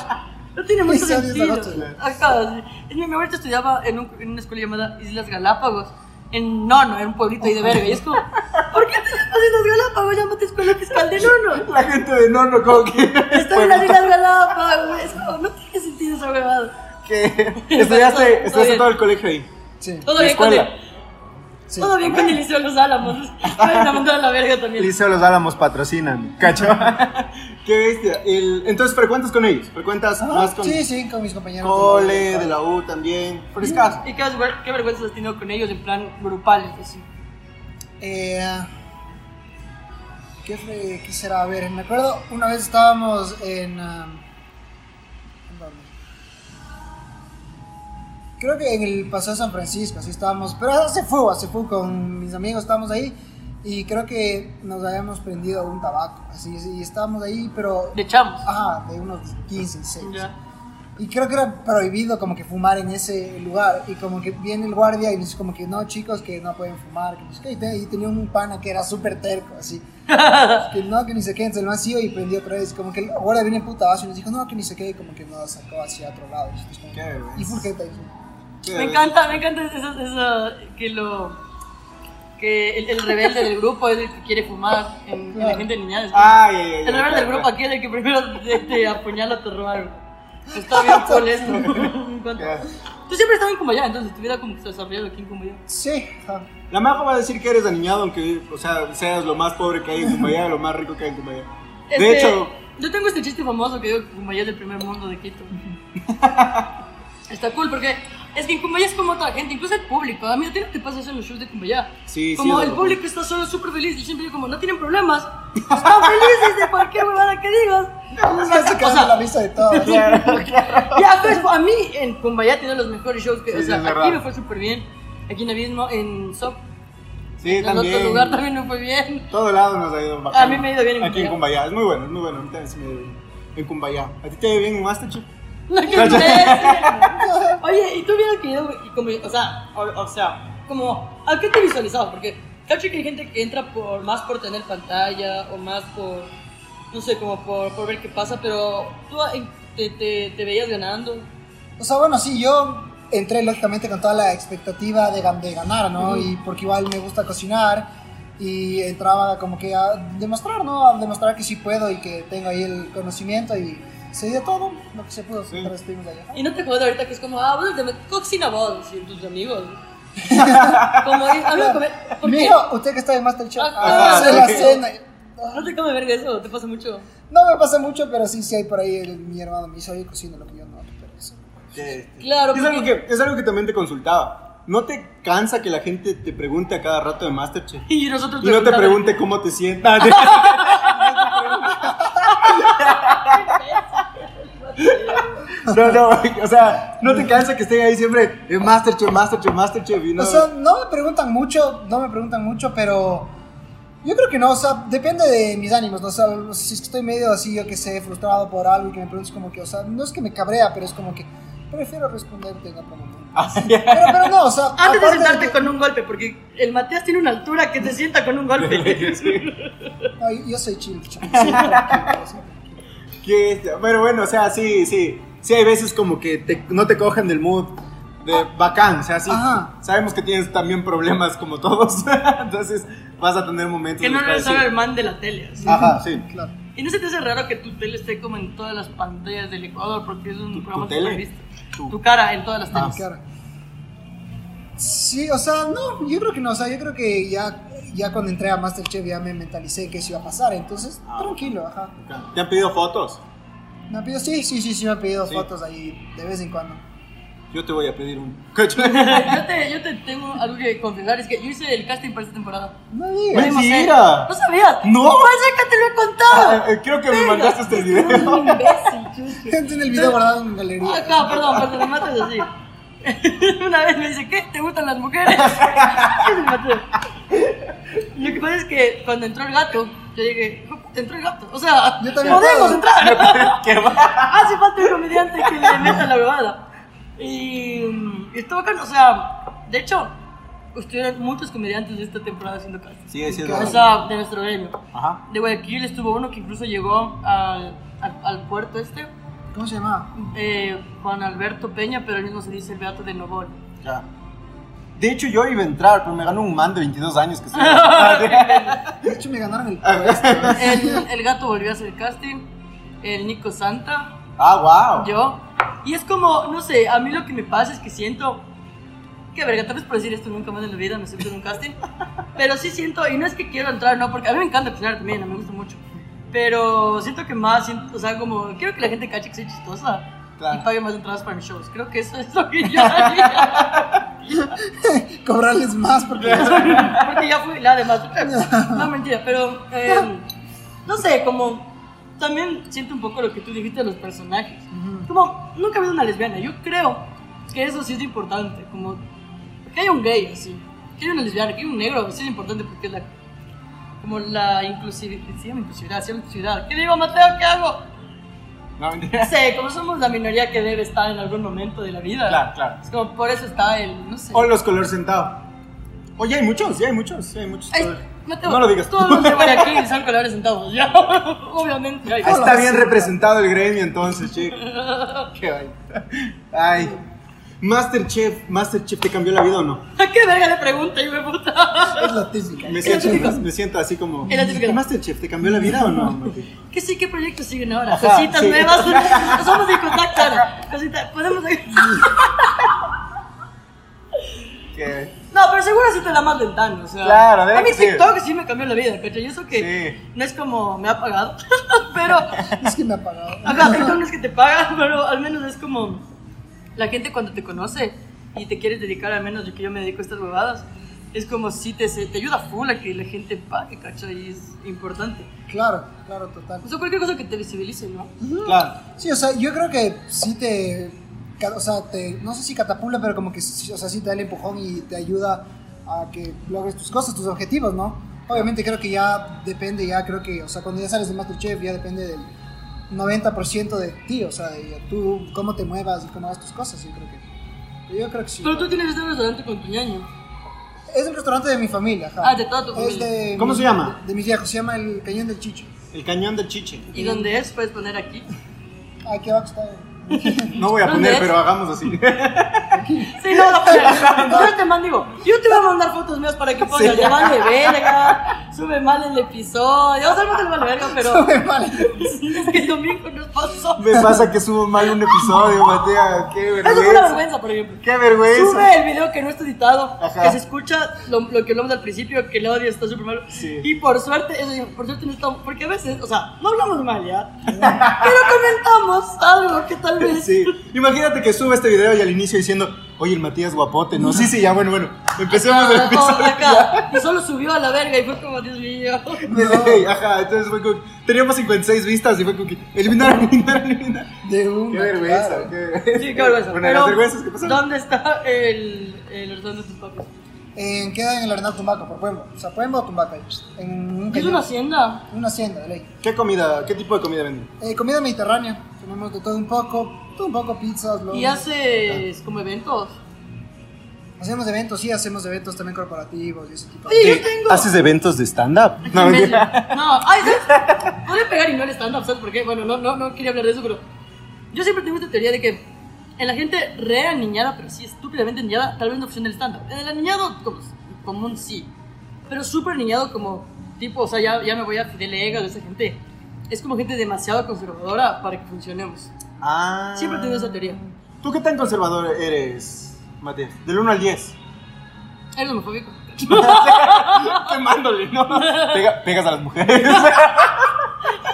No tiene mucho
Liceo 10 de
sentido.
agosto,
claro.
Acá, sí. mi abuelita estudiaba en, un- en una escuela llamada Islas Galápagos. En Nono, era un pueblito ahí de verga. Y es como, ¿por qué te llamas Islas Galápagos? Llámate Escuela Fiscal de Nono.
La gente de no, no, como que.
Estoy en las Islas Galápagos, güey. Es como, no tiene sentido esa huevada.
que estudiaste, estudiaste todo el colegio ahí.
Sí.
Todo
La
bien con
escuela.
el,
sí.
todo bien con el Liceo de Los Álamos. Vayan a mandar a la verga también.
Liceo Los Álamos patrocinan, ¿cacho? Qué bestia. El- entonces frecuentas con ellos,
Ah,
frecuentas más con
Sí, sí, con mis compañeros.
cole, de la U también. Frescas.
¿Y qué, ver- qué vergüenza has tenido con ellos en plan grupal? así?
Eh, ¿qué, fue- qué será? A ver, me acuerdo una vez estábamos en. ah, ¿en dónde? Creo que en el Paseo San Francisco, así estábamos. Pero hace fue, hace fue con mis amigos, estábamos ahí. Y creo que nos habíamos prendido un tabaco, así, y estábamos ahí, pero.
De chamos.
Ajá, de unos 15, 16.
Ya.
Y creo que era prohibido como que fumar en ese lugar. Y como que viene el guardia y dice como que no, chicos, que no pueden fumar. Que no sé qué. Y, te- y tenía un pana que era súper terco, así. que no, que ni se qué. Entonces lo hacía y prendió otra vez. Como que el guardia viene putazo y nos dijo, no, que ni se qué. Y como que nos sacó hacia otro lado. Y, nosotros como
Qué
que-
vergüenza.
y full gente ahí, sí.
Me encanta, me encanta eso, eso que lo... Que el, el rebelde del grupo es el que quiere fumar en, en la gente niñada. Es como-
Ay, ay, ay,
el rebelde del grupo aquí es el que primero te, te apuñala, te robaron. Está bien cool esto. En cuanto-
Ya.
Tú siempre estabas en Cumbayá, entonces tu vida como que se desarrolló aquí en Cumbayá.
Sí, ajá.
La Majo va a decir que eres aniñado, aunque o sea, seas lo más pobre que hay en Cumbayá, lo más rico que hay en Cumbayá.
Este,
De hecho,
Yo tengo este chiste famoso que digo que Cumbayá es del primer mundo de Quito. Está cool porque es que en Cumbayá es como otra gente, incluso el público. A mí a ti no te pasa eso en los shows de Cumbayá.
Sí, sí,
como
es
el
verdad.
público está solo súper feliz. Yo siempre digo, como no tienen problemas, están felices de cualquier huevada que digas.
Entonces, ya se
O
quedaron
sea,
en la vista de todos.
Ya, pues, a mí en Cumbayá tiene los mejores shows que.
Sí,
o sea,
es
aquí
verdad.
me fue súper bien. Aquí en Abismo, en Sop,
sí,
en otro
también.
lugar también me fue bien.
Todo lado nos ha ido bacán.
A mí me ha ido bien en
Aquí en
Cumbayá.
Cumbayá. Es muy bueno, es muy bueno. A mí también se me ha ido bien en Cumbayá. ¿A ti te ha ido bien en Masterchef?
La que
Cacha.
merece. Oye, ¿y tú hubieras querido, y como, o sea, o, o sea, como, ¿a qué te visualizabas? Porque, cacho que hay gente que entra por, más por tener pantalla, o más por, no sé, como por, por ver qué pasa, pero tú ah, en- te, te, te veías ganando.
O sea, bueno, sí, yo entré lógicamente con toda la expectativa de, gan- de ganar, ¿no?
Ujú.
Y porque igual me gusta cocinar y entraba como que a demostrar, ¿no? A demostrar que sí puedo y que tengo ahí el conocimiento y se dio todo lo que se pudo.
Sí.
Pero estuvimos allá.
Y no te jodas ahorita que es como, ah, vos te metes- cocina vos, y tus amigos. como, eh, y hablo de comer, ¿por qué?
Mijo, usted que está en Masterchef,
Ajá,
hace la
sí.
cena.
No te come verga eso, te pasa mucho.
No me pasa mucho, pero sí, sí hay por ahí el- mi hermano me dice, oye, cocina lo que yo no, pero eso.
Claro,
este. es,
porque-
algo que, es algo que también te consultaba. ¿No te cansa que la gente te pregunte a cada rato de Masterchef?
Y nosotros
Y no te
preguntamos-
pregunte cómo te sientas. no, no, o sea, no te cansa que estén ahí siempre eh, Masterchef, Masterchef, Masterchef. Y no,
O sea, no me preguntan mucho, no me preguntan mucho, pero yo creo que no, o sea, depende de mis ánimos, ¿no? O sea, si es que estoy medio así, yo que sé, frustrado por algo y que me preguntes como que, o sea, no es que me cabrea, pero es como que prefiero responderte en otro momento.
Ah.
Pero, pero no, o sea,
Antes de
aparte
sentarte
que-
con un golpe, porque el Mateas tiene una altura que te sienta con un golpe.
No, yo- yo soy chill, chaval, soy tranquilo, soy tranquilo.
¿Qué es? este, Pero bueno, o sea, sí, sí. Sí, hay veces como que te- no te cogen del mood de bacán. O sea, sí.
Ajá.
Sabemos que tienes también problemas como todos. Entonces vas a tener momentos.
que no
en los
eres solo
sí.
el man de la tele. así.
Ajá, sí.
Claro.
Y no se te hace raro que tu tele esté como en todas las pantallas del Ecuador, porque es un
¿Tu-
programa
tu tele?
super visto.
Tu-
Tu, cara en todas las
Ah.
teles.
Claro. Sí, o sea, no, yo creo que no, o sea, yo creo que ya, ya cuando entré a Masterchef ya me mentalicé que eso iba a pasar, entonces,
Ah.
tranquilo, ajá.
¿Te han pedido fotos?
Me ha pedido, sí, sí, sí, sí, me ha pedido
Sí.
fotos ahí de vez en cuando.
Yo te voy a pedir un.
Yo, te, yo te tengo algo que confesar, es que yo hice el casting para esta temporada.
No
Lo
digas.
hemos hecho.
Mentira.
¿No sabías?
No.
Puede ser que te lo he contado.
Ah, eh, Creo que me
Verga,
mandaste este
es que
video.
eres un imbécil, yo-
Tiene el video guardado en galería.
Ah, Acá, perdón, perdón, me matas así. Una vez me dice, ¿qué? ¿Te gustan las mujeres? Y me mató. Lo que pasa es que cuando entró el gato, yo dije, "Hijo puta, entró el gato. O sea,
Yo también
podemos
puedo.
entrar.
Qué va.
Hace falta un comediante que le meta la huevada. Y, mm, y estuvo acá, o sea, de hecho, estuvieron muchos comediantes de esta temporada haciendo casting.
Sí, sí, es
O
verdad.
sea, de nuestro gremio.
Ajá.
De Guayaquil estuvo uno que incluso llegó al, al, al puerto este,
¿Cómo se llamaba?
eh, Juan Alberto Peña, pero él mismo se dice el Beato de Novol.
Ya. De hecho, yo iba a entrar, pero me ganó un man de 22 años que se
De hecho, me ganaron el puesto. ¿eh?
El, el gato volvió a hacer casting, el Nico Santa,
Ah, wow.
yo. Y es como, no sé, a mí lo que me pasa es que siento. Que verga, tal vez por decir esto nunca más en la vida me siento en un casting. Pero sí siento, y no es que quiero entrar, no, porque a mí me encanta cocinar también, me gusta mucho. Pero siento que más, siento- o sea, como, quiero que la gente cache que soy chistosa.
Claro.
Y pague más entradas para mis shows. Creo que eso es lo que yo haría.
Cobrarles más porque...
Porque ya fui la de más. No, mentira, pero eh, no sé, como también siento un poco lo que tú dijiste de los personajes.
Ujú.
Como nunca he habido una lesbiana, yo creo que eso sí es importante. Como que haya un gay así, que haya una lesbiana, que haya un negro, sí es importante porque es la. Como la inclusividad, sí, la inclusividad, sí, la inclusividad. ¿Qué digo, Mateo? ¿Qué hago?
No,
No
mentira.
sé, como somos la minoría que debe estar en algún momento de la vida.
Claro, claro.
Es como por eso está el, no sé.
O los color sentado. Oye, hay muchos, ya hay muchos, sí, hay muchos.
Ay,
color.
Mateo,
No lo digas.
Todos los que van aquí son colores sentados. Ya, obviamente. Ay,
Ahí
Hola,
está bien
sí.
representado el gremio entonces, che. Qué vaina. Ay. Masterchef, Masterchef, ¿te cambió la vida o no?
¿A qué verga le pregunta y me puta?
Es la típica.
Me
Es la
siento,
típica.
me siento así como.
Es la típica.
Masterchef, ¿te cambió la vida o no? Mati?
¿Qué sí? ¿Qué proyectos siguen ahora?
Ajá,
Cositas
sí.
nuevas. Somos de contacto ahora. Cositas, podemos.
Qué-
No, pero seguro sí te da más lentano. O sea,
Claro, debe
A mí
que sí.
TikTok sí me cambió la vida, ¿cachai? Y eso que
Sí.
no es como me ha pagado, pero
Es que me ha pagado.
Ajá, TikTok no es que te pagan, pero al menos es como la gente cuando te conoce y te quieres dedicar, al menos yo que yo me dedico a estas huevadas, es como si te, se- te ayuda full a que la gente pague, ¿cachai? Y es importante.
Claro, claro, total.
O sea, cualquier cosa que te visibilice, ¿no?
Claro.
Sí, o sea, yo creo que sí te, ca- o sea, te, no sé si catapula, pero como que, sí, o sea, sí te da el empujón y te ayuda a que logres tus cosas, tus objetivos, ¿no? Obviamente creo que ya depende, ya creo que, o sea, cuando ya sales de Masterchef ya depende del 90% de ti, o sea, de tú, cómo te muevas y cómo hagas tus cosas, yo creo que, yo creo que sí.
Pero tú tienes este restaurante con tu ñaño.
Es un restaurante de mi familia, ajá.
Ah, de toda tu familia.
Es de-
¿Cómo se llama?
De mis viejos, se llama El Cañón del Chicho.
El cañón del chiche.
¿Y dónde es? Puedes poner aquí.
Aquí abajo está...
No voy a
¿Dónde
poner,
es?
pero hagamos así.
Sí, no, la pones. Yo te mando, digo, yo te voy a mandar fotos mías para que pongas.
Sí.
Ya vale verga, sube mal el episodio. O sea, no te vale verga, pero
Súper mal.
es que el domingo nos pasó.
Me pasa que subo mal un episodio, Matea.
Eso fue
Qué
una
vergüenza.
vergüenza, por ejemplo.
Qué vergüenza.
Sube el video que no está editado,
Ajá.
que se escucha lo, lo que hablamos al principio, que el audio está súper malo.
Sí.
Y por suerte, eso, digo, por suerte no estamos, porque a veces, o sea, no hablamos mal ya, pero comentamos algo que tal vez...
Sí. Imagínate que sube este video y al inicio diciendo, oye, el Matías guapote, ¿no? Sí, sí, ya, bueno, bueno. Empecemos el
Ah, no,
episodio.
acá. Y solo subió a la verga y fue como, Dios mío.
De ley, ajá, entonces fue como, teníamos 56 vistas y fue como que eliminar, eliminar, eliminar.
De una,
Qué vergüenza,
claro.
qué vergüenza.
Sí, qué vergüenza.
Bueno,
Pero,
las vergüenzas que pasaron.
¿Dónde está el, el restaurante de tus papás?
En, queda en el Arenal Tumbaco, por Pueblo. O sea, Pueblo o Tumbaco. ahí, En un
Es
cañón.
una hacienda.
En una hacienda, de ley.
¿Qué comida, qué tipo de comida venden?
Eh, comida mediterránea. Tenemos de todo un poco. Todo un poco, pizzas, lo-
Y haces como eventos.
Hacemos eventos, sí, hacemos eventos también corporativos y ese tipo de
Oye, yo tengo...
¿Haces eventos de stand-up? No,
No,
mentira.
no, ay, ¿sabes? Podría pegar y no el stand-up, ¿sabes por qué? Bueno, no, no, no quería hablar de eso, pero yo siempre tengo esta teoría de que en la gente re aniñada, pero sí estúpidamente niñada, tal vez no funciona el stand-up. En el aniñado como, común sí, pero súper niñado como tipo, o sea, ya, ya me voy a Fidel Egas, esa gente. Es como gente demasiado conservadora para que funcionemos.
Ah.
Siempre he tenido esa teoría.
¿Tú qué tan conservador eres, Matías? Del 1 al 10.
Eres homofóbico.
Quemándole, ¿no? Pega- pegas a las mujeres.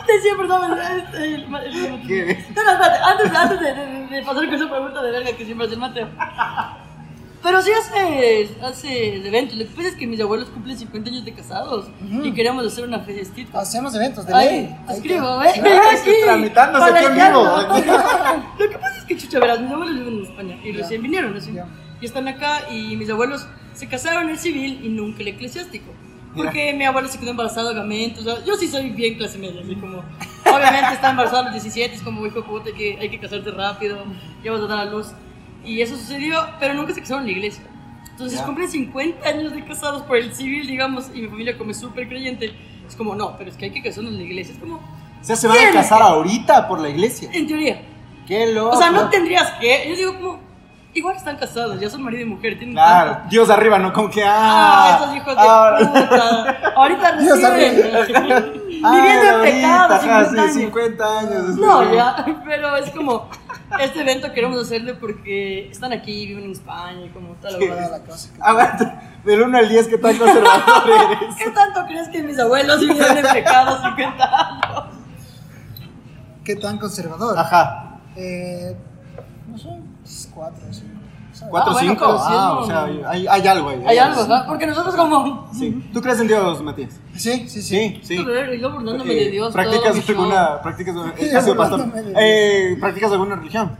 Te siempre sabes, es el- el- el-
¿Qué?
No, no, espérate, antes, antes de, de- de pasar con esa pregunta de verga que siempre hace el Mateo. Pero sí hace, hace eventos. Lo que pasa es que mis abuelos cumplen 50 años de casados
Ujú.
y queríamos hacer una fiestita.
Hacemos eventos, de
Ay,
ley.
te
Ahí
escribo,
está.
¿eh?
Ay, sí, tramitándose
Para
aquí en vivo.
echarlo. Lo que pasa es que, chucha, verás, mis abuelos viven en España y
Ya.
recién vinieron, recién.
Ya.
Y están acá y mis abuelos se casaron en el civil y nunca el eclesiástico. Porque mi abuela se quedó embarazada, obviamente. O sea, yo sí soy bien clase media, así como. Obviamente está embarazada a los 17, es como, hijo de puta, hay que, hay que casarte rápido, ya vas a dar a luz. Y eso sucedió, pero nunca se casaron en la iglesia. Entonces
Ya.
cumplen 50 años de casados por el civil, digamos, y mi familia como es súper creyente. Es como, no, pero es que hay que casarnos en la iglesia. Es como,
O sea, se van a
¿Quién?
casar ahorita por la iglesia.
en teoría.
Qué loco.
O sea, no tendrías que. Yo digo como, Igual están casados, ya son marido y mujer, tienen
Claro,
tantos-
Dios arriba, no como que.
Ah,
¡Ah!
estos hijos de
ahora-
puta. Ahorita
Dios
reciben.
Ah,
Viviendo en pecado,
ahorita, ajá,
50
sí,
años.
50 años.
No, ya, pero es como este evento queremos hacerle porque están aquí, viven en España y como tal.
Sí.
Toda la cosa que-
Aguanta, del 1 al 10, ¿qué tan conservador eres?
¿Qué tanto crees que mis abuelos vivieron en pecado 50 años?
¿Qué tan conservador?
Ah. Ajá.
Eh, no sé, pues, cuatro, cinco. ¿sabes?
4 o
bueno,
5.
pero sí es
Ah,
un-
o sea, hay, hay algo ahí.
Hay algo, ¿verdad? Porque nosotros como...
Sí. ¿Tú crees en Dios, Matías?
Sí, sí, sí.
sí.
Joder, yo burlándome de
Eh,
Dios. todo mi
¿Practicas
show.
alguna, practicas, eh,
Sí,
has sido
no,
pastor?
no me digas.
Eh, ¿Practicas alguna religión?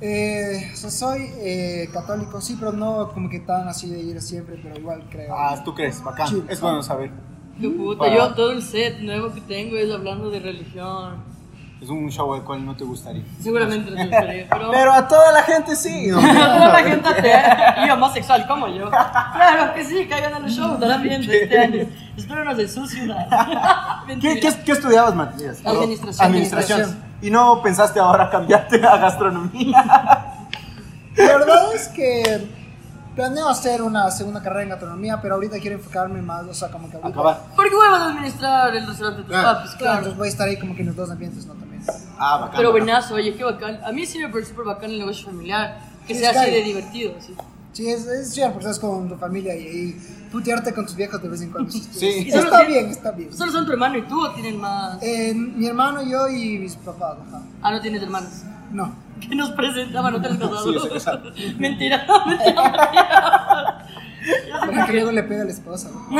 Eh, o sea, soy eh, católico, sí, pero no como que tan así de ir siempre, pero igual creo.
Ah, ¿tú crees? Bacán.
Sí.
Es bueno saber.
Tu puta,
Para-
yo todo el set nuevo que tengo es hablando de religión.
Es un show al cual no te gustaría.
Seguramente no te gustaría, pero...
Pero a toda la gente sí. ¿no?
Toda la gente atea y homosexual como yo. Claro que sí, caigan a los shows, estarán bien de este año. Espero no se suiciden.
¿Qué, qué, qué estudiabas, Matías?
Administración.
Administración. ¿Y no pensaste ahora cambiarte a gastronomía?
La verdad es que planeo hacer una segunda carrera en gastronomía, pero ahorita quiero enfocarme más, o sea, como que ahorita...
Acabar.
Porque huevo de administrar el restaurante de tus
Ah, Claro.
papis,
Claro,
claro.
entonces voy a estar ahí como que en los dos ambientes, ¿no? También.
Ah, bacán.
Pero
bacán.
buenazo, oye, qué bacán. A mí sí me parece súper bacán el negocio familiar. Que
Sí,
sea
es
así de
calle.
divertido, sí.
Sí, es, es chévere porque estás con tu familia y, y putearte con tus viejos de vez en cuando.
Sí.
Está bien, está bien.
¿Solo son tu hermano y tú o tienen más?
Eh, mi hermano, yo y mis papás, ajá.
Ah, no tienes hermanos.
No.
Que nos presentaban otros
Sí, se casaron.
casados. mentira, mentira, mentira. Yo sí
Porque luego le pega a la esposa. ¿no?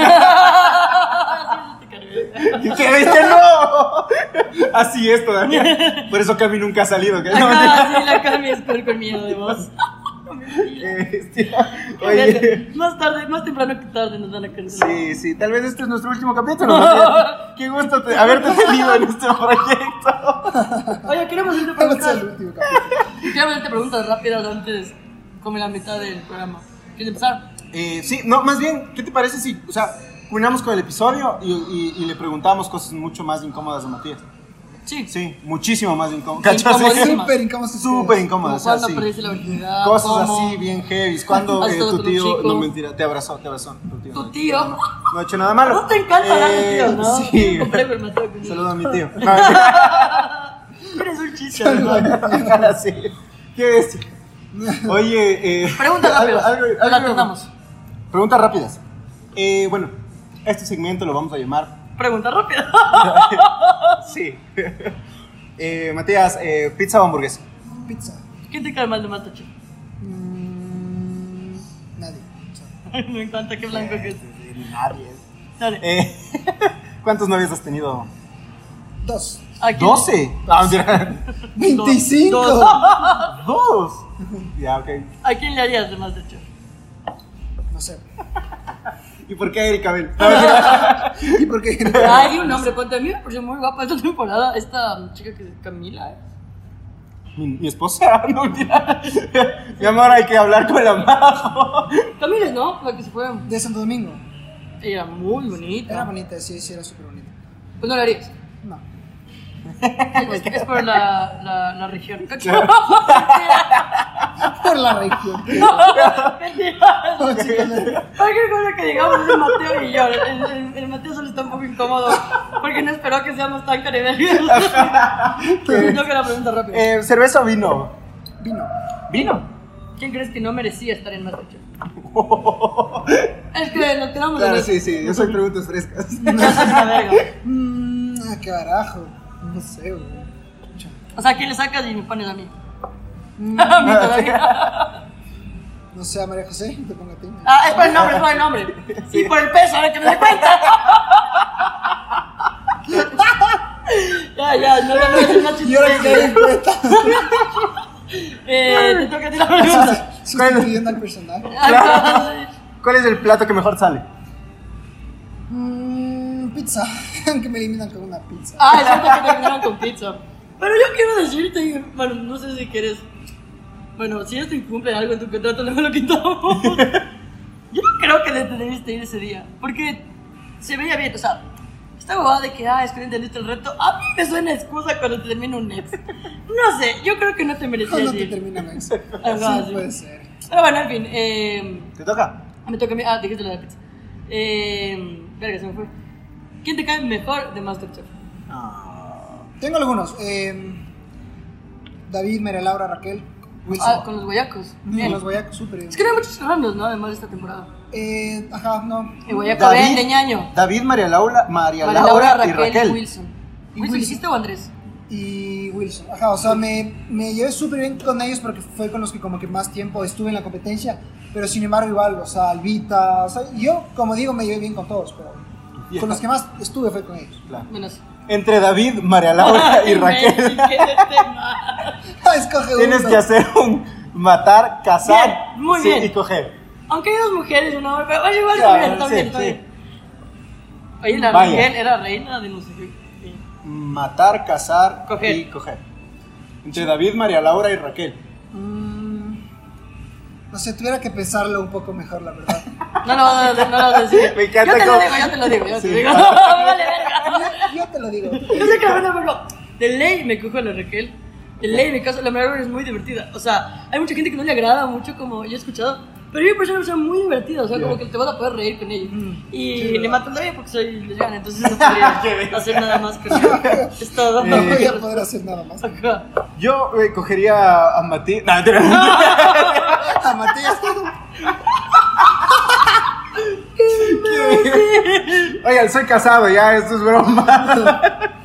te cargué.
¿Y qué viste? ¡No! Así es todavía. Por eso Cami nunca ha salido. ¿qué? No,
Acá sí la Carmen es con, con miedo de vos.
Eh, tía, Oye.
Más tarde, más temprano que tarde nos van a cancelar.
Sí, sí, tal vez este es nuestro último capítulo. Matías. Qué gusto te- haberte tenido en este proyecto.
Oye, queremos irte
Vamos al
preguntas.
último capítulo.
Queremos irte preguntas rápidas antes, como en la mitad del programa. ¿Quieres empezar?
Eh, sí, no, más bien, ¿qué te parece si, o sea, unamos con el episodio y, y- y le preguntamos cosas mucho más incómodas a Matías?
Sí.
Sí, muchísimo más incómodas. ¿Cachas?
Incomodísimas.
Súper incómodo.
Súper
Como
incómodas. o sea,
cuando
sí.
perdiste la virginidad.
Cosas
cómo-
así bien heavy. Cuando
Has
eh,
estado
tu
con un
tío.
chico.
No, mentira, te abrazó, te abrazó. Tu tío.
Tu
no,
tío.
No, no ha hecho nada malo.
No te encanta hablar de
Eh,
tíos, ¿no?
Sí.
Compré Bermateo con
Saludo a mi tío. No, mentira.
Eres un chiste.
Sí. ¿Qué es? Oye, eh,
Pregunta
algo-
rápida.
algo-
La
algo-
atendamos.
Preguntas rápidas. Eh, bueno, este segmento lo vamos a llamar.
Pregunta rápida.
Sí. Eh, Matías, eh, pizza o hamburguesa.
Pizza.
¿Quién te cae mal de Masterchef?
Mm, nadie. O sea,
Me encanta, qué blanco que es.
Nadie.
Dale.
Eh, ¿Cuántos novios has tenido?
Dos.
Aquí.
¿Doce? Ah, mentira.
25.
¿Dos? Ya, ok.
¿A quién le harías de Masterchef?
No sé.
¿Y por qué Erika Bell?
¿Y por qué?
Hay un hombre, ponte a mí me pareció muy guapa esta temporada, esta chica que es Camila, ¿eh?
Mi, mi esposa, Ah, no, mentira. Mi amor, hay que hablar con la mano.
Camila, ¿no? La que se fue.
De Santo Domingo.
Era muy bonita.
Era bonita, sí, sí, era súper bonita.
Pues no la harías.
No.
Es, es por la, la, la región.
Por la región.
Mentira.
No, chicos, no.
Cualquier cosa que digamos de Mateo y yo. El, el- el Mateo solo está un poco incómodo porque no esperó que seamos tan caribeños. Yo que la pregunta rápida.
Eh, ¿Cerveza o vino?
Vino.
¿Vino?
¿Quién crees que no merecía estar en Masterchef? es que nos quedamos
Claro,
en
sí, sí, yo soy preguntas frescas.
la verga.
Mmm, carajo. No sé, güey. Pucha.
O sea, ¿quién le sacas y me pones a mí?
Mm,
A mí todavía.
No sé, a María José, te pongo a ti.
Ah, es por el nombre, es por el nombre. Y por el peso, ahora que me doy cuenta. ya, ya, no lo voy a decir más
Y ahora que
chiste.
te cuenta,
Eh, te toca a ti la pregunta.
sustituyendo al personaje.
Ah,
¿Cuál es el plato que mejor sale?
Mmm, pizza. Aunque me eliminan con una pizza.
Ah, es cierto que terminaron con pizza. Pero yo quiero decirte, bueno, no sé si quieres. Bueno, si esto incumple algo en tu contrato, luego lo quitamos. Yo no creo que te debiste ir ese día. Porque se veía bien, o sea, Esta huevada de que, ah, es que no entendiste el reto, a mí me suena excusa cuando te termino un ex. No sé, yo creo que no te merecías
Cuando te
ir.
terminan eso.
Ajá,
Sí,
sí.
puede ser.
Pero bueno, en fin, eh,
¿Te toca?
me toca a mí. Ah, dijiste lo de la pizza. Eh, verga, se me fue. ¿Quién te cae mejor de Masterchef?
Tengo algunos. eh, David, María Laura, Raquel, Wilson.
Ah, con los guayacos.
Bien.
Bien.
Los guayacos, súper bien.
Es que no hay muchos randos, ¿no? Además de esta temporada.
Eh, ajá, no.
El guayaco vende, ñaño.
David, María Laura, María
María
Laura, y Raquel.
Wilson.
Y
¿Wilson
Wilson.
dijiste o Andrés?
Y Wilson. Ajá, o sea, me, me llevé súper bien con ellos porque fue con los que como que más tiempo estuve en la competencia. Pero sin embargo, igual, o sea, Alvita, o sea, yo, como digo, me llevé bien con todos, pero
Ya.
con los que más estuve fue con ellos.
Claro.
Menos.
Entre David, María Laura y Raquel.
Imbécil, ¿qué de tema?
Ah, Escoge uno.
Tienes que hacer un matar, cazar
Bien, muy
sí,
bien.
y coger.
Aunque hay dos mujeres y un hombre, pero oye, igual está
Claro,
bien, está
sí,
bien, está
sí.
bien. Oye, la
Vaya.
Raquel era reina de no sé qué. Sí.
Matar, cazar
Coger.
y coger. Entre David, María Laura y Raquel.
Mm, no sé, tuviera que pensarlo un poco mejor, la verdad.
No, no, no, no, no lo vas a decir.
Me
yo
encanta
te lo
cómo-
digo, yo te lo digo, yo te
Sí.
lo digo. No, vale, verga.
Yo- yo te lo digo.
Eh.
Yo sé que la verdad, pero de ley me cojo a la Raquel. De ley me caso, la María es muy divertida. O sea, hay mucha gente que no le agrada mucho, como yo he escuchado. Pero yo me parece una persona muy divertida, o sea, como que te vas a poder reír con ella.
Mm.
y le mato el labio porque soy lesbiana, entonces no podría hacer nada más con ella. Es todo.
No voy a poder hacer nada más.
Ajá.
Yo eh, cogería a Matías. No, mentira.
A Matías.
Oigan, soy casado ya, esto es broma.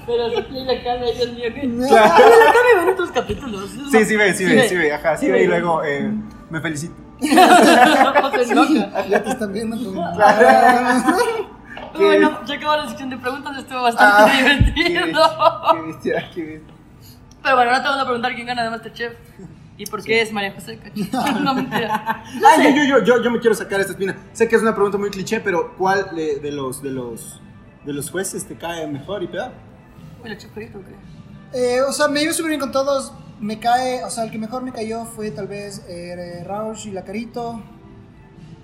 Pero se tiene la cara, Dios mío, que.
Claro.
Pero la cara ven otros capítulos. es
Sí,
una-
sí ve, sí ve, sí ve, ajá, sí ve y luego eh, me felicito.
Pues No se enoja.
Ya te están viendo como-
Pero Bueno, ya acabó la sección de preguntas, estuvo bastante divertido.
Ah, Qué bestia, qué bestia.
Pero bueno, ahora te vamos a preguntar quién gana de Masterchef y por qué es María José Cacho. No, mentira. No
Ay,
sé.
yo, yo, yo, yo me quiero sacar esta espina. Sé que es una pregunta muy cliché, pero ¿cuál de, de los de los de los jueces te cae mejor y peor?
Uy, la chuparito, creo.
Eh, o sea, me iba súper bien con todos. Me cae, o sea, el que mejor me cayó fue tal vez eh, Rausch y Lacarito.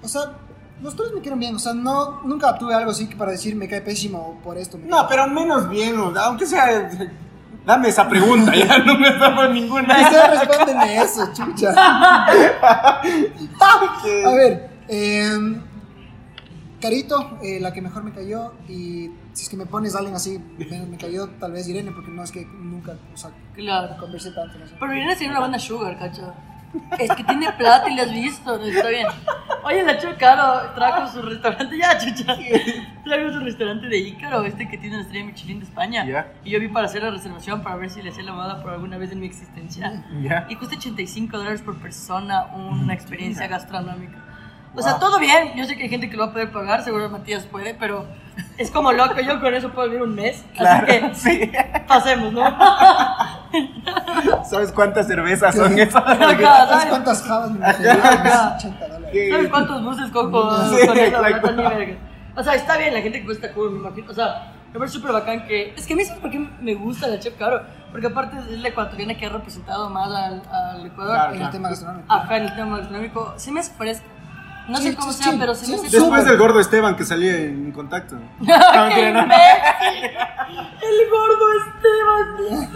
O sea, los tres me quedaron bien. O sea, no, nunca tuve algo así que para decir me cae pésimo por esto. me
No, pero menos bien, o- aunque sea. Dame esa pregunta, ya no me damos
cae-
ninguna.
Ustedes respóndenme eso, chucha. A
"Ah,
ver, eh, Carito, eh, la que mejor me cayó. Y si es que me pones a alguien así, me, me cayó tal vez Irene, porque no es que nunca, o sea,
Claro.
conversé tanto. No sé.
Pero Irene tiene una banda sugar, cacho. Es que tiene plata y la has visto, no está bien. Oye, la chica Caro trajo su restaurante, ya, chucha. Trajo su restaurante de Ícaro, este que tiene la estrella Michelin de España.
Ya.
Y yo vi para hacer la reservación para ver si le hacía la moda por alguna vez en mi existencia.
Ya.
Y cuesta 85 dólares por persona una experiencia gastronómica. O sea, todo bien. Yo sé que hay gente que lo va a poder pagar, seguro Matías puede, pero es como loco. Yo con eso puedo vivir un mes.
Claro,
Así
sí.
que pasemos, ¿no?
¿Sabes cuántas cervezas son esas?
Ajá,
¿Sabes
¿sabes?
cuántas jabas me cayó? 80 dólares.
¿Qué?
¿Sabes cuántos buses cojo
Sí,
con esa plata?
exacto.
Ni verga. O sea, está bien, la gente que cuesta cubo, me imagino. O sea, me parece súper bacán que. Es que a mí, ¿sabes por qué me gusta la Chef Caro? Porque aparte es la ecuatoriana que ha representado más al, al Ecuador.
Claro,
En el
claro.
tema gastronómico.
Ajá, en el tema gastronómico. Se me hace fresca. No
Sí,
sé cómo
sí,
sea,
sí,
pero se me
sí,
hace.
sí.
Después del gordo Esteban que salía en contacto.
¡Ah,
No,
¡Qué
mentira, no, no.
imbécil! El gordo Esteban.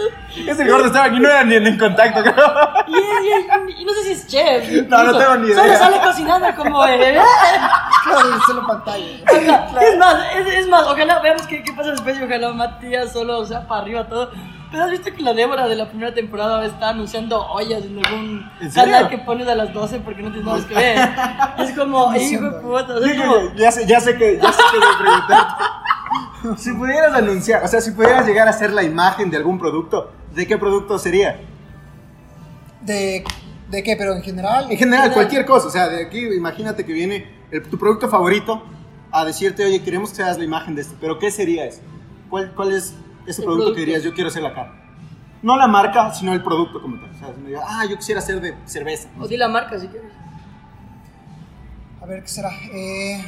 Es el gordo Esteban y no era ni en contacto, creo.
Y, es- y- y no sé si es chef.
No, no
incluso.
tengo ni
Solo
idea.
sale cocinando como. eh,
Claro, el celo pantalla.
Es más, es, es más, ojalá veamos qué, qué pasa después y ojalá Matías solo sea para arriba todo. Pero has visto que la Débora de la primera temporada está anunciando ollas en algún
¿En serio?
canal que pones a las 12 porque no tienes nada más que ver. Es como, hijo de puta, o sea, es como,
Ya sé, ya sé que, ya sé que me preguntaste. Si pudieras anunciar, o sea, si pudieras llegar a ser la imagen de algún producto, ¿de qué producto sería?
¿De, ¿De qué? ¿Pero en general?
En general, cualquier cosa. O sea, de aquí, imagínate que viene el- tu producto favorito a decirte, oye, queremos que seas la imagen de este. Pero, ¿qué sería eso? ¿Cuál, cuál es ese
El
producto,
producto.
que dirías, yo quiero ser la cara? No la marca, sino el producto como tal. O sea, si me digas, ah, yo quisiera ser de cerveza.
o di la marca si quieres.
A ver, ¿qué será? Eh,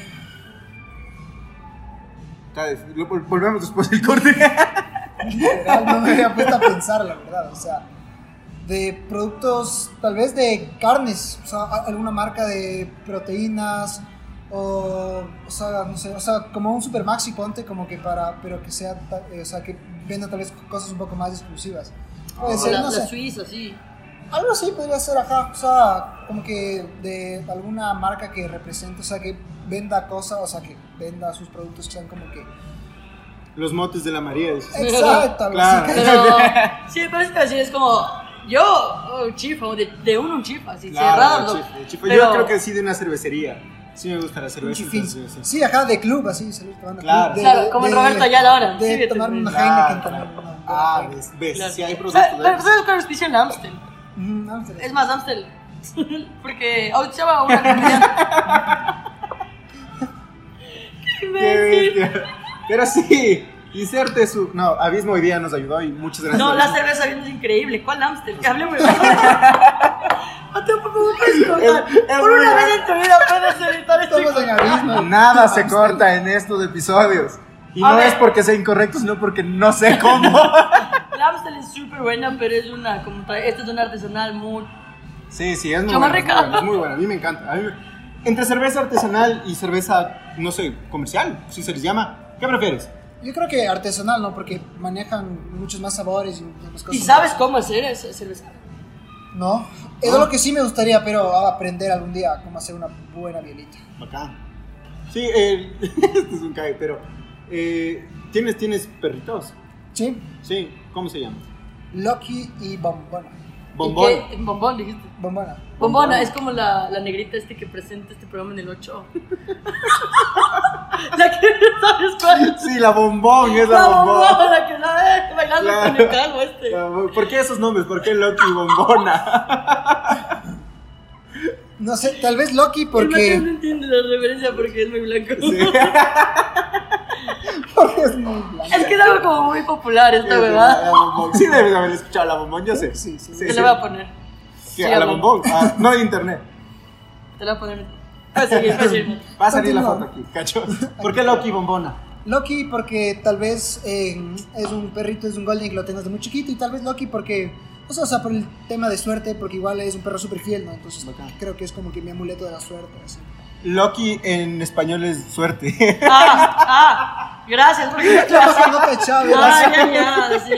O sea, lo- vol- volvemos después del corte.
literal, no me había puesto a pensar, la verdad. O sea, de productos, tal vez de carnes. O sea, a- alguna marca de proteínas, O, o sea, no sé, o sea, como un super maxi ponte como que para, pero que sea, ta- eh, o sea, que venda tal vez cosas un poco más exclusivas. Puede ser,
la,
no
la
sé.
Suiza, sí.
Algo así podría ser acá, o sea, como que de alguna marca que represente, o sea, que venda cosas, o sea, que venda sus productos que sean como que...
Los motes de la María. dices.
Exacto, algo así,
Claro.
¿cachai?
Pero sí, pero es que así es como yo, un chifa, o de, de uno un chifa, así
Claro,
cerrado.
el chifre, el chifre.
Pero-
Yo creo que sí de una cervecería. Sí me gusta la cerveza.
Chifín.
entonces, sí.
Sí, ajá, de club, así, salir tomando
Claro.
club,
Claro, como el Roberto Ayala ahora.
De
Sí,
tomar
también.
una
Claro,
Heineken
claro.
también. una- una
Ah,
Heineken.
ves, ves,
Claro.
sí hay productos
¿Sabes-
de
Pero ¿sabes cuál auspicia en Amstel?
Ujú, Mm, no, pero-
Es más, Amstel. Porque auspiciaba una compañía. ¡Qué
Qué
imbécil!
bestia. Pero sí, inserte su... No, Abismo hoy día nos ayudó y muchas gracias.
No, la
Abismo.
cerveza bien es increíble. ¿Cuál Amstel? Ah, Que hablemos de No tampoco me puedes cortar.
Es- es
Por
muy
una
bueno.
vez en tu vida puedes editar este esto.
Estamos en abismo.
Nada se corta en estos episodios. Y
A
no
ver.
es porque sea incorrecto, sino porque no sé cómo.
La Amstel es súper buena, pero es una, como tra- esta es una artesanal muy...
Sí, sí, es muy
Yo me
buena. Es muy
recago.
buena, es muy buena, a mí me encanta. A mí me- Entre cerveza artesanal y cerveza, no sé, comercial, si se les llama, ¿qué prefieres?
Yo creo que artesanal, ¿no? Porque manejan muchos más sabores y muchas cosas.
¿Y sabes cómo hacer esa cerveza?
No, es lo que sí me gustaría, pero a aprender algún día cómo hacer una buena bielita.
Bacán. Sí, eh, este es un cague, pero eh, ¿tienes, tienes perritos.
Sí,
Sí, ¿cómo se llama?
Loki y Bombona.
Bombón.
¿Y qué? Bombón, dijiste.
Bombona.
Bombona es como la, la negrita este que presenta este programa en el 8. la que no sabes cuál.
Sí, la bombón es la,
La
bombón.
bombona, que sabe bailando
Claro.
con el calvo este.
La bo- ¿Por qué esos nombres? ¿Por qué Loki y Bombona?
No sé, tal vez Loki
El Mateo no
porque,
entiende la referencia porque es muy blanco.
Sí.
porque es muy blanco.
Es que es algo como muy popular esta
La
verdad.
bombón. Sí, debes haber escuchado la bombón, yo sé.
Sí, sí.
Te la voy a poner.
¿Qué? a la bombón. Ah, no hay internet.
Te la voy a poner. Puedes seguir, puedes seguir.
Va a salir la foto aquí,
Continúa.
cacho. ¿Por qué Loki y Bombona?
Loki porque tal vez eh, es un perrito, es un golden que lo tengas de muy chiquito y tal vez Loki porque, o sea, o sea, por el tema de suerte, porque igual es un perro súper fiel, ¿no? Entonces
Bacán.
creo que es como que mi amuleto de la suerte. así.
Loki en español es suerte.
Ah, ah, gracias porque me
Está pasando pechado,
Ah,
¿verdad?
ya, ya, sí.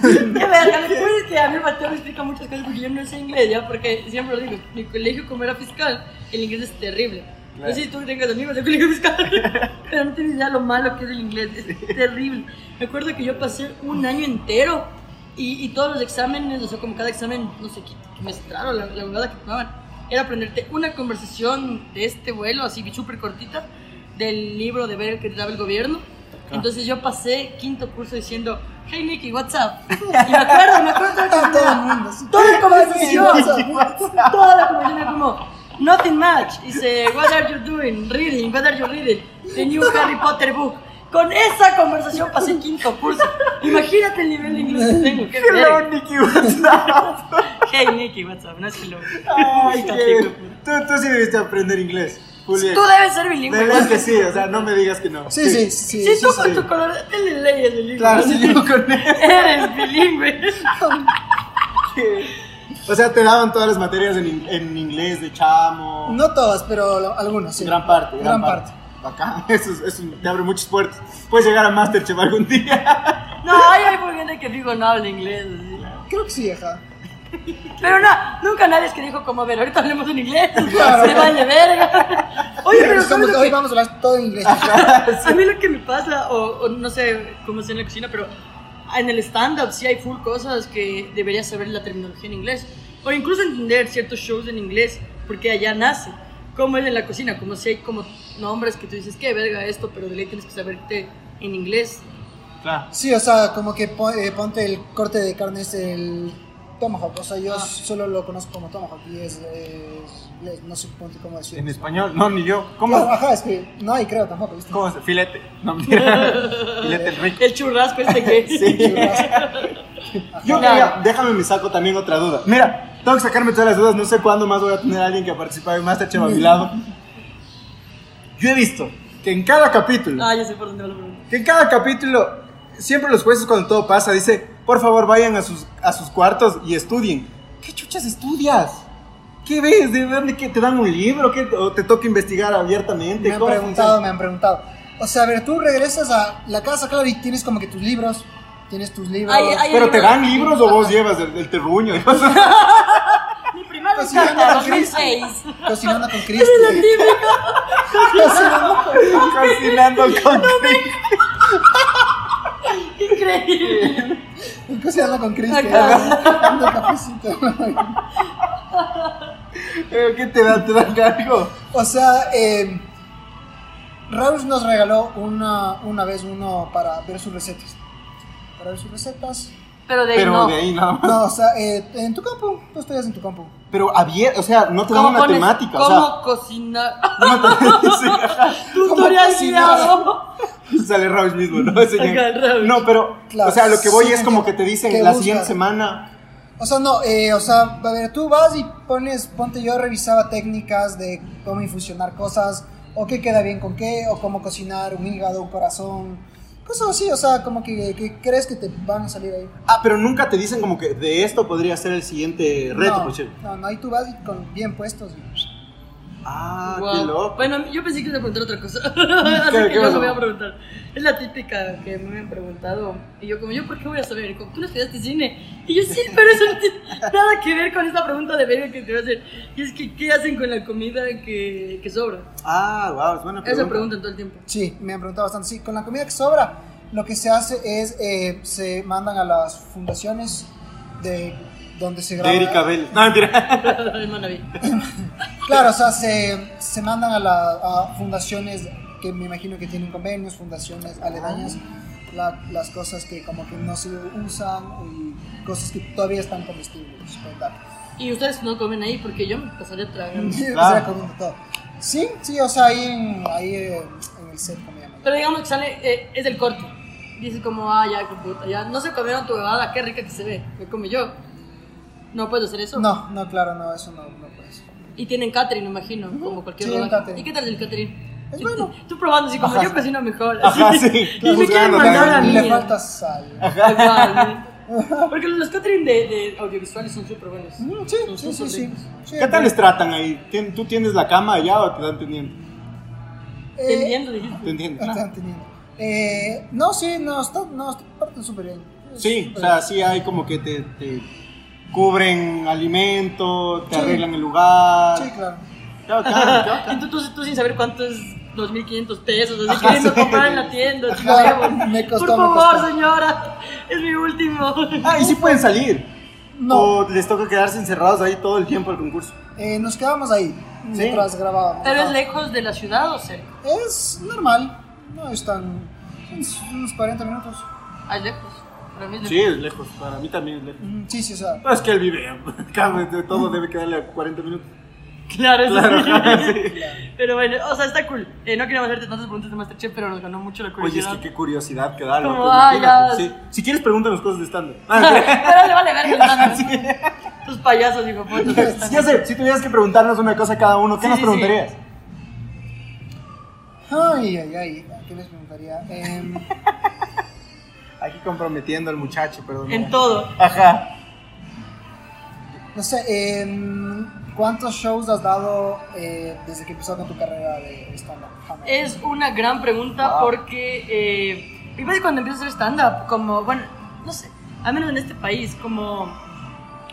Qué verga, lo que pasa es que a mí Mateo me explica muchas cosas porque yo no sé inglés, ya, porque siempre lo digo, mi colegio como era fiscal, el inglés es terrible.
Claro.
No sé si tú tengas amigos de colegio fiscal, pero no tienes idea lo malo que es el inglés, es terrible. Me acuerdo que yo pasé un año entero y, y todos los exámenes, o sea, como cada examen, no sé, qué trimestral o la, la abogada que tomaban, era aprenderte una conversación de este vuelo, así súper cortita, del libro de ver que te daba el gobierno. Entonces yo pasé quinto curso diciendo, hey Nicky, what's up? Y me acuerdo, me acuerdo de
Está todo el mundo. así.
Toda la
Sí, o sea,
conversación, toda la conversación era como, nothing much. Dice, what are you doing? Reading, what are you reading? The new Harry Potter book. Con esa conversación pasé quinto curso. Imagínate el nivel de inglés que tengo. qué
Hello,
verga.
Nicky WhatsApp.
Hey Nicky, what's up? No es hello.
Ay,
Puta,
qué...
hijo
pues.
de
tú, tú sí debiste aprender inglés, Julián.
Tú debes ser
De
bilingüe.
verdad que sí, o sea, no me digas que no.
Sí, sí, sí. sí,
Si
sí,
tú
sí.
con tu color te le leyes el libro.
Claro, sí, yo con él.
Eres bilingüe.
O sea, te daban todas las materias en, in- en inglés de chamo.
No todas, pero lo- algunas, sí.
Gran parte, gran,
Gran
parte. Bacán, eso, es- eso te abre muchas puertas. Puedes llegar a Masterchef algún día.
No, hay, hay por gente que digo no habla inglés. así.
Creo que sí, ajá.
Pero no, nunca nadie es que dijo como, a ver, ahorita hablemos en inglés.
Claro.
Se vale verga. Oye, pero
Como
¿sabes
que
lo
hoy
que,
vamos a hablar todo en inglés.
a mí lo que me pasa, o, o no sé cómo sea en la cocina, pero en el stand-up sí hay full cosas que deberías saber la terminología en inglés. O incluso entender ciertos shows en inglés, porque allá nace. Como es en la cocina, como si hay como nombres que tú dices, qué verga esto, pero de ley tienes que saberte en inglés.
Claro.
Sí, o sea, como que po- eh, ponte el corte de carne es el tomahawk. O sea,
Ah.
yo solo lo conozco como tomahawk y es, es- le- no sé ponte cómo decir.
En español, no, ni yo.
Claro,
¿Cómo?
ajá, es que no hay, creo tampoco, ¿viste?
¿Cómo se? Filete. No, mira. Filete el rico.
El churrasco este que...
Churrasco.
Yo,
Claro.
mira, déjame me saco también otra duda. Mira, tengo que sacarme todas las dudas. No sé cuándo más voy a tener a alguien que ha participado en Masterchef a mi lado. Yo he visto que en cada capítulo,
Ah, ya sé por dónde va la pregunta.
que en cada capítulo, siempre los jueces cuando todo pasa, dice, por favor vayan a sus, a sus cuartos y estudien. ¿Qué chuchas estudias? ¿Qué ves? ¿De dónde que te dan un libro? ¿Qué- ¿O te toca investigar abiertamente?
Me han
¿Cómo
preguntado,
funciona?
me han preguntado. O sea, a ver, tú regresas a la casa, claro, y tienes como que tus libros, tienes tus libros.
Ay, ay,
¿Pero te dan libros o vos llevas el, el terruño?
Mi primera
Cocinando
carta,
con Cristi.
2006.
Cocinando con Cristi.
Cocinando con
Increíble.
Cocinando con Cristi.
Acá.
Dando cafecito.
Eh, ¿Qué te dan? ¿Te dan algo?
O sea, eh, Raúl nos regaló una, una vez uno para ver sus recetas. Para ver sus recetas.
Pero de ahí
Pero
no.
de ahí nada más.
No, o sea, eh, en tu campo, tú estudias en tu campo.
Pero abierto, o sea, no te dan
¿Cómo
una
pones-
temática.
¿Cómo
O
cocinar?
sea, no te- sí, ajá.
Tutorial
cocinar?
guiado.
Sale Raúl mismo, ¿no? Enseña-
Ajá, Raúl.
No, pero,
Claro,
o sea, lo que voy
sí,
es como que te
¿qué
dicen la
buscas?
siguiente semana.
O sea, no, eh, o sea, a ver, tú vas y pones, ponte yo revisaba técnicas de cómo infusionar cosas, o qué queda bien con qué, o cómo cocinar un hígado, un corazón, cosas así, o sea, como que, que crees que te van a salir ahí.
Ah, pero nunca te dicen como que de esto podría ser el siguiente reto,
no,
pues, che.
no, no, ahí tú vas y con bien puestos. y-
Ah, qué
Guau.
loco.
Bueno, yo pensé que te preguntar otra cosa. Así
¿Qué-
que
qué
yo
pasó?
lo voy a preguntar. Es la típica que me han preguntado. Y yo, como, ¿yo por qué voy a saber? Como, tú no estudiaste cine. Y yo, sí, pero eso no tiene nada que ver con esta pregunta de verga que te voy a hacer. Y es que, ¿qué hacen con la comida que, que sobra?
Ah, wow, es buena
Eso
pregunta.
me preguntan todo el tiempo.
Sí, me han preguntado bastante. Sí, con la comida que sobra, lo que se hace es, eh, se mandan a las fundaciones de donde se graba.
De Erika Bell. No, mentira.
El manaví.
Claro, o sea, se, se mandan a, la, a fundaciones que me imagino que tienen convenios, fundaciones aledañas, la- las cosas que como que no se usan y cosas que todavía están comestibles. ¿verdad?
Y ustedes no comen ahí porque yo me pasaría tragando.
O sea,
Claro.
comiendo todo. Sí, sí, o sea, ahí en, ahí eh, en el set comían.
Pero digamos que sale, eh, es el corte. Dice como, ah, ya, qué puta, ya, no se comieron tu bebada, qué rica que se ve, me comí yo. No puedo hacer eso.
No, no, claro, no, eso no, no puede ser.
Y tienen catering, me imagino, como cualquier
sí,
rodaje.
el catering.
¿Y qué tal el catering?
Es
Sí,
bueno.
Tú, tú probando, así como yo cocino mejor.
Ajá,
así.
sí,
Y me quieren
juzgando
mandar a
también.
mí.
Le falta sal.
Igual, ¿eh? Porque los catering de, de audiovisuales son súper buenos.
Mm, Sí,
Son
sí, sí,
súper
sí.
ricos.
sí, eh,
¿Qué tal les tratan ahí? ¿Tien- ¿Tú tienes la cama allá o te dan teniendo?
eh,
Entendiendo, dijiste.
¿Te entiendes?
Ah, están teniendo. Eh, no, sí, no, está, no, está parten súper bien.
Sí, o
Súper
sea, sí hay como que te, te cubren alimento, te
Sí.
arreglan el lugar.
bien. Sí, claro.
Qué bacán, qué bacán.
Y tú, tú, tú sin saber cuánto es 2.500 pesos, así
Ajá,
queriendo
Ah, sí.
comprar en la tienda. así,
Ajá,
huevo.
me costó,
Por
me
favor,
costó.
señora, es mi último.
Ah, y sí pueden salir.
No,
O les toca quedarse encerrados ahí todo el tiempo del concurso.
eh, nos quedábamos ahí mientras grabábamos.
Pero es
Ajá.
lejos de la ciudad o cerca.
Es normal, no es tan. es unos 40 minutos.
Ah, es lejos. Para mí es lejos.
Sí, es lejos. Para mí también es lejos.
Mm, Sí, sí, o sea.
No, es que él vive. acá de Todo debe quedarle a 40 minutos.
Claro, eso
Claro,
sí.
ajá, sí.
Pero bueno, o sea, está cool. Eh, no queríamos hacerte tantas preguntas de Masterchef, pero nos ganó mucho la
Oye, es
curiosidad.
que qué curiosidad que da.
Como,
loco,
ah,
imagínate,
ya.
sí. Si quieres, pregúntanos cosas de stand
pero le vale verga el estándar. Tus payasos, hijo de puta, que están-
ya sé, si tuvieras que preguntarnos una cosa a cada uno, ¿qué
Sí,
nos
sí,
preguntarías?
Ay, ay, ay. ¿a ¿Qué les preguntaría? Em,
Aquí comprometiendo al muchacho, perdón.
En todo.
Ajá.
no sé, em, ¿cuántos shows has dado eh, desde que empezó con tu carrera de stand-up? Jamás.
Es una gran pregunta
Wow.
porque. Eh, y ves cuando empiezas a hacer stand-up, como, bueno, no sé, al menos en este país, como.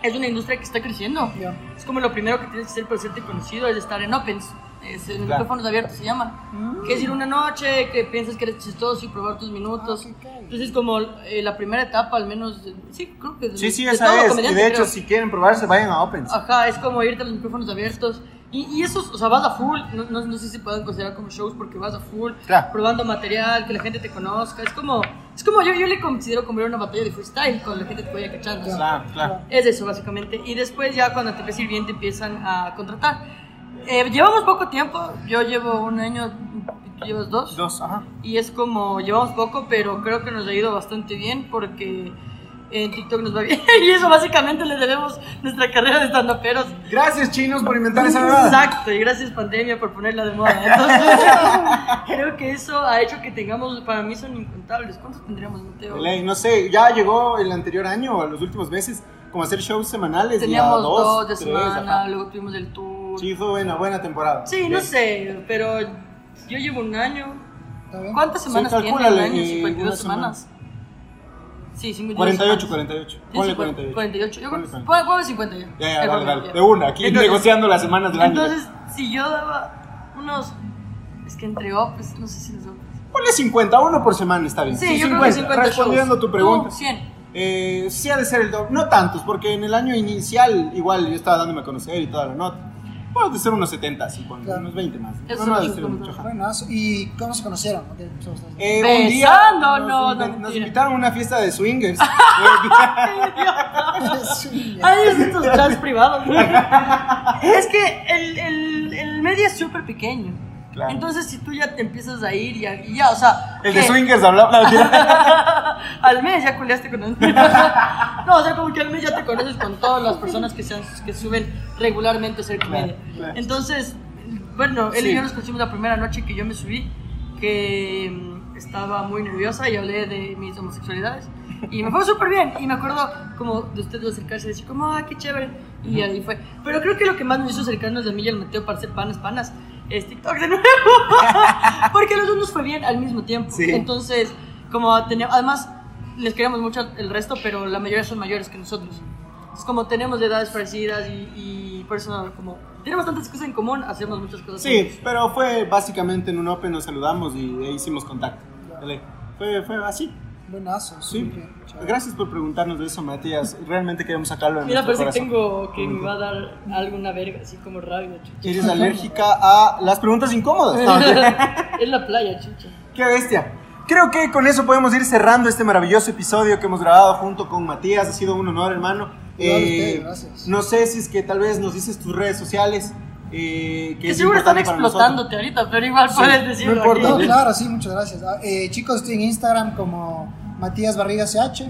Es una industria que está creciendo.
Ya.
Es como lo primero que tienes que hacer para serte conocido es estar en opens, es en
Claro.
micrófonos abiertos se llaman.
Mm.
Que es ir una noche, que piensas que eres chistoso y probar tus minutos.
Ah, qué cague.
Entonces como eh, la primera etapa al menos, eh, sí, creo que... de-
Sí, sí,
de
esa
todo
es. Y
comediante,
de hecho,
creo. Ah,
si quieren probarse, vayan a Opens.
Ajá, es como irte a los micrófonos abiertos. Y, y eso, o sea, vas a full, no, no, no sé si puedan considerar como shows porque vas a full,
Claro.
probando material, que la gente te conozca, es como, es como yo, yo le considero como ir a una batalla de freestyle con la gente te vaya cachando. o sea,
Claro, claro.
es eso, básicamente. Y después ya cuando te ves ir bien te empiezan a contratar. Eh, llevamos poco tiempo, yo llevo un año, tú llevas dos.
Dos, ajá.
Y es como, llevamos poco, pero creo que nos ha ido bastante bien porque en TikTok nos va bien. y eso básicamente le debemos nuestra carrera de stand-uperos.
Gracias, chinos, por inventar esa verdad.
Exacto, y gracias pandemia por ponerla de moda. Entonces, creo que eso ha hecho que tengamos, para mí son incontables. ¿Cuántos tendríamos, Mateo?
Ley, No sé, ya llegó el anterior año, o los últimos meses, como hacer shows semanales. y a
Teníamos dos, de
tres,
semana,
ajá.
luego tuvimos el tour. Sí,
Sí, fue buena, buena temporada.
no
Sí.
sé, pero yo llevo un año.
¿Está bien?
¿Cuántas
Sí,
semanas tiene un
calcúlale,
año?
eh,
52
una semana.
semanas. Sí, 52
48,
semanas.
48.
Sí,
Ponle
sí,
48.
48. Yo
Ponle
creo
48.
ponle- ponle 50.
Ya,
Eh,
ya, dale,
ponle,
dale.
ya.
De una, aquí
Entonces-
negociando las semanas del año.
Entonces, si yo daba unos. Es que entre pues no sé si les doy.
Ponle 50, uno por semana está bien.
Sí, yo creo que 50
Respondiendo
shows. Oh,
tu pregunta.
Tú, 100.
Eh, sí ha de ser el doble, no tantos, porque en el año inicial igual yo estaba dándome a conocer y toda la nota. Puede ser unos 70, sí, ponle,
Claro.
unos 20 más.
Eso
no, no ha
es
de ser
mucho,
mucho. ajá.
Buenazo. ¿Y cómo se conocieron? Ok, pues, vamos a hacer-
Eh, un día
Besando,
nos,
no,
invi-
no,
nos
mentira.
invitaron a una fiesta de swingers.
Sí, ya.
Ay, es estos chats privados. ¿no? es que el, el, el medio es súper pequeño.
Claro.
Entonces, si tú ya te empiezas a ir, ya, y ya o sea.
el de
que
swingers hablaba. no, mentira.
Al mes ya culeaste con él. no, o sea, como que al mes ya te conoces con todas las personas que, sean, que suben regularmente a hacer comedia.
claro.
Entonces, bueno, él
Sí.
y yo nos conocimos la primera noche que yo me subí, que mm, estaba muy nerviosa y hablé de mis homosexualidades. Y me fue súper bien. Y me acuerdo como de ustedes acercarse y decir como, ah, qué chévere. Y ahí fue. Pero creo que lo que más nos hizo acercarnos de mí y al Mateo para ser panas, panas, es TikTok de nuevo. Porque a los dos nos fue bien al mismo tiempo.
Sí.
Entonces, como teníamos, además, les queríamos mucho el resto, pero la mayoría son mayores que nosotros. Es como tenemos de edades parecidas y, y por eso como tenemos tantas cosas en común, hacemos muchas cosas. juntos.
sí, pero fue básicamente en un open nos saludamos y e hicimos contacto. Dale. Fue, fue así.
Buenazo.
Sí.
súper, chévere.
Gracias por preguntarnos de eso, Matías. Realmente queremos sacarlo de
Mira,
nuestro
parece que
corazón.
tengo que me va a dar alguna verga, así como rabia, chucha.
Eres alérgica a las preguntas incómodas. No,
es la playa, chucha.
Qué bestia. Creo que con eso podemos ir cerrando este maravilloso episodio que hemos grabado junto con Matías. Ha sido un honor, hermano. Eh,
Igual ustedes, gracias.
No sé si es que tal vez nos dices tus redes sociales. eh, que
Que
es
seguro están
importante para nosotros.
explotándote ahorita, pero igual
Sí,
puedes
no
decirlo.
importa.
No,
aquí.
claro, sí, muchas gracias. Ah, eh, chicos, estoy en Instagram como Matías Barriga CH.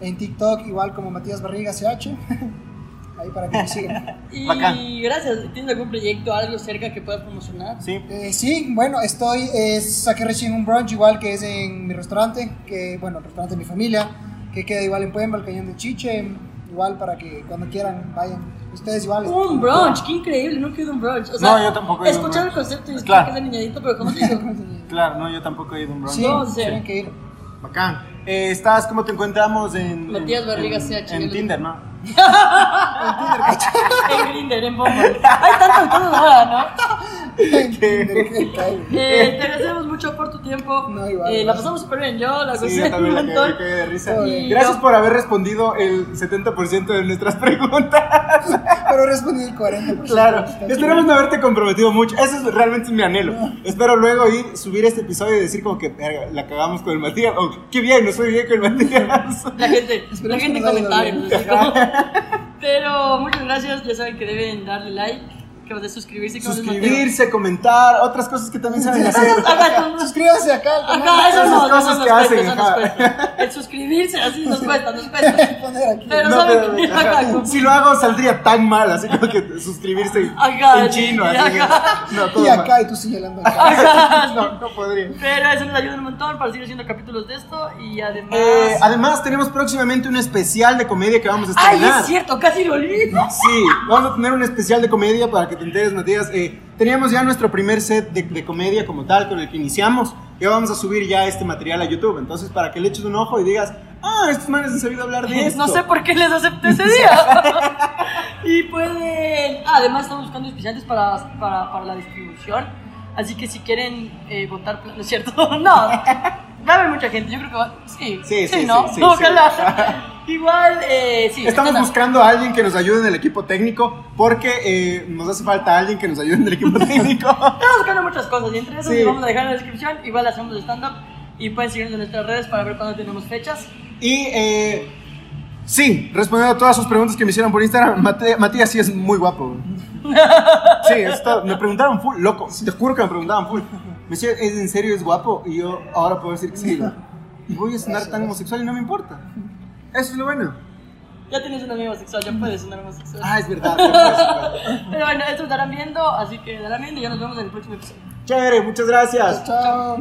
En TikTok igual como Matías Barriga CH. Ahí para que me sigan.
Y
Bacán.
gracias, ¿tienes algún proyecto, algo cerca que puedas promocionar?
Sí.
Eh, sí, bueno, estoy, eh, saqué recién un brunch igual que es en mi restaurante, que bueno, el restaurante de mi familia, que queda igual en Puebla, el Cañón de Chiche, igual para que cuando quieran vayan. Ustedes igual.
Un brunch, qué increíble, nunca he ido a un brunch. O sea,
No, yo tampoco he ido a un
Escuchar el
brunch.
concepto y es
Claro.
que es de niñadito, pero ¿cómo te digo?
Claro, no, yo tampoco he ido a un brunch.
Sí,
No sé.
tienen que ir.
Bacán. Eh, ¿Estás cómo te encontramos en.
Matías
en-
Barriga
en-
CH,
En
ya lo
Tinder, ¿no?
en Grindr, en Bumble. Hay tanto de todo ahora, ¿no? Eh, te agradecemos mucho por tu tiempo.
No, igual,
Eh,
igual.
la pasamos súper bien. Yo la
Sí,
gocé
yo
Pues un
también la cagué,
montón.
me cagué de risa.
Y
Gracias
yo-
por haber respondido el 70% de nuestras preguntas.
Pero respondí el 40%.
Claro,
Está
esperamos no haberte comprometido mucho. Eso es realmente mi anhelo. Espero luego ir, subir este episodio y decir como que "Verga, la cagamos con el Matías. O qué bien, no soy bien con el Matías.
La gente,
Esperemos
la
que
gente en
nos haya ido
comentarios. así
bien.
como- Pero muchas gracias. Ya saben que deben darle like, que de suscribirse. como les mandé.
Suscribirse, comentar, otras cosas que también saben hacer.
Ajá, como-
Suscríbase acá al canal.
Ajá, eso
Esas
no, no, no
cosas
nos
que
cuesta,
hacen,
eso nos
ajá.
cuesta. El suscribirse, así nos cuesta, nos cuesta.
Poner aquí.
Pero
No,
saben
pero-
que ajá,
si lo hago saldría tan mal, así como que suscribirse
Ajá,
en chino.
sí,
así que-
ajá.
no, todo
Y
mal.
acá, y tú señalando acá.
ajá.
No, no podría.
Pero eso nos ayuda un montón para seguir haciendo capítulos de esto y además.
Eh, además, tenemos próximamente un especial de comedia que vamos a
¡Ay,
estrenar.
es cierto! ¡Casi lo olvido!
Sí, vamos a tener un especial de comedia para que te enteres, Matías. Eh, teníamos ya nuestro primer set de, de comedia como tal, con el que iniciamos. Ya vamos a subir ya este material a YouTube. Entonces, para que le eches un ojo y digas, ah, estos manes han sabido hablar de esto.
No sé por qué les acepté ese día. y pueden. ah, además, estamos buscando auspiciantes para, para, para la distribución. Así que si quieren eh, votar, no es cierto. No, va a haber mucha gente. Yo creo que va. Sí,
Sí, sí,
no.
sí, sí,
Ojalá. Igual, eh, sí.
Estamos
entonces,
buscando a alguien que nos ayude en el equipo técnico porque eh, nos hace falta alguien que nos ayude en el equipo técnico.
Estamos buscando muchas cosas. Y entre eso,
Sí.
les vamos a dejar en la descripción. Igual hacemos de stand-up. Y pueden seguirnos en nuestras redes para ver cuándo tenemos fechas.
Y eh, sí, respondiendo a todas sus preguntas que me hicieron por Instagram, Mate- Matías sí es muy guapo. Sí, esto- me preguntaron full, loco. Te juro que me preguntaban full. Me decían, ¿es en serio, es guapo? Y yo ahora puedo decir que sí. Y voy a sonar tan homosexual y no me importa. Eso es lo bueno.
Ya tienes un amigo sexual, ya puedes un amigo sexual.
Ah, es verdad. por supuesto.
Pero bueno, esto estarán viendo, así que estarán viendo y ya nos vemos en el próximo episodio.
Chévere, muchas gracias.
Chao.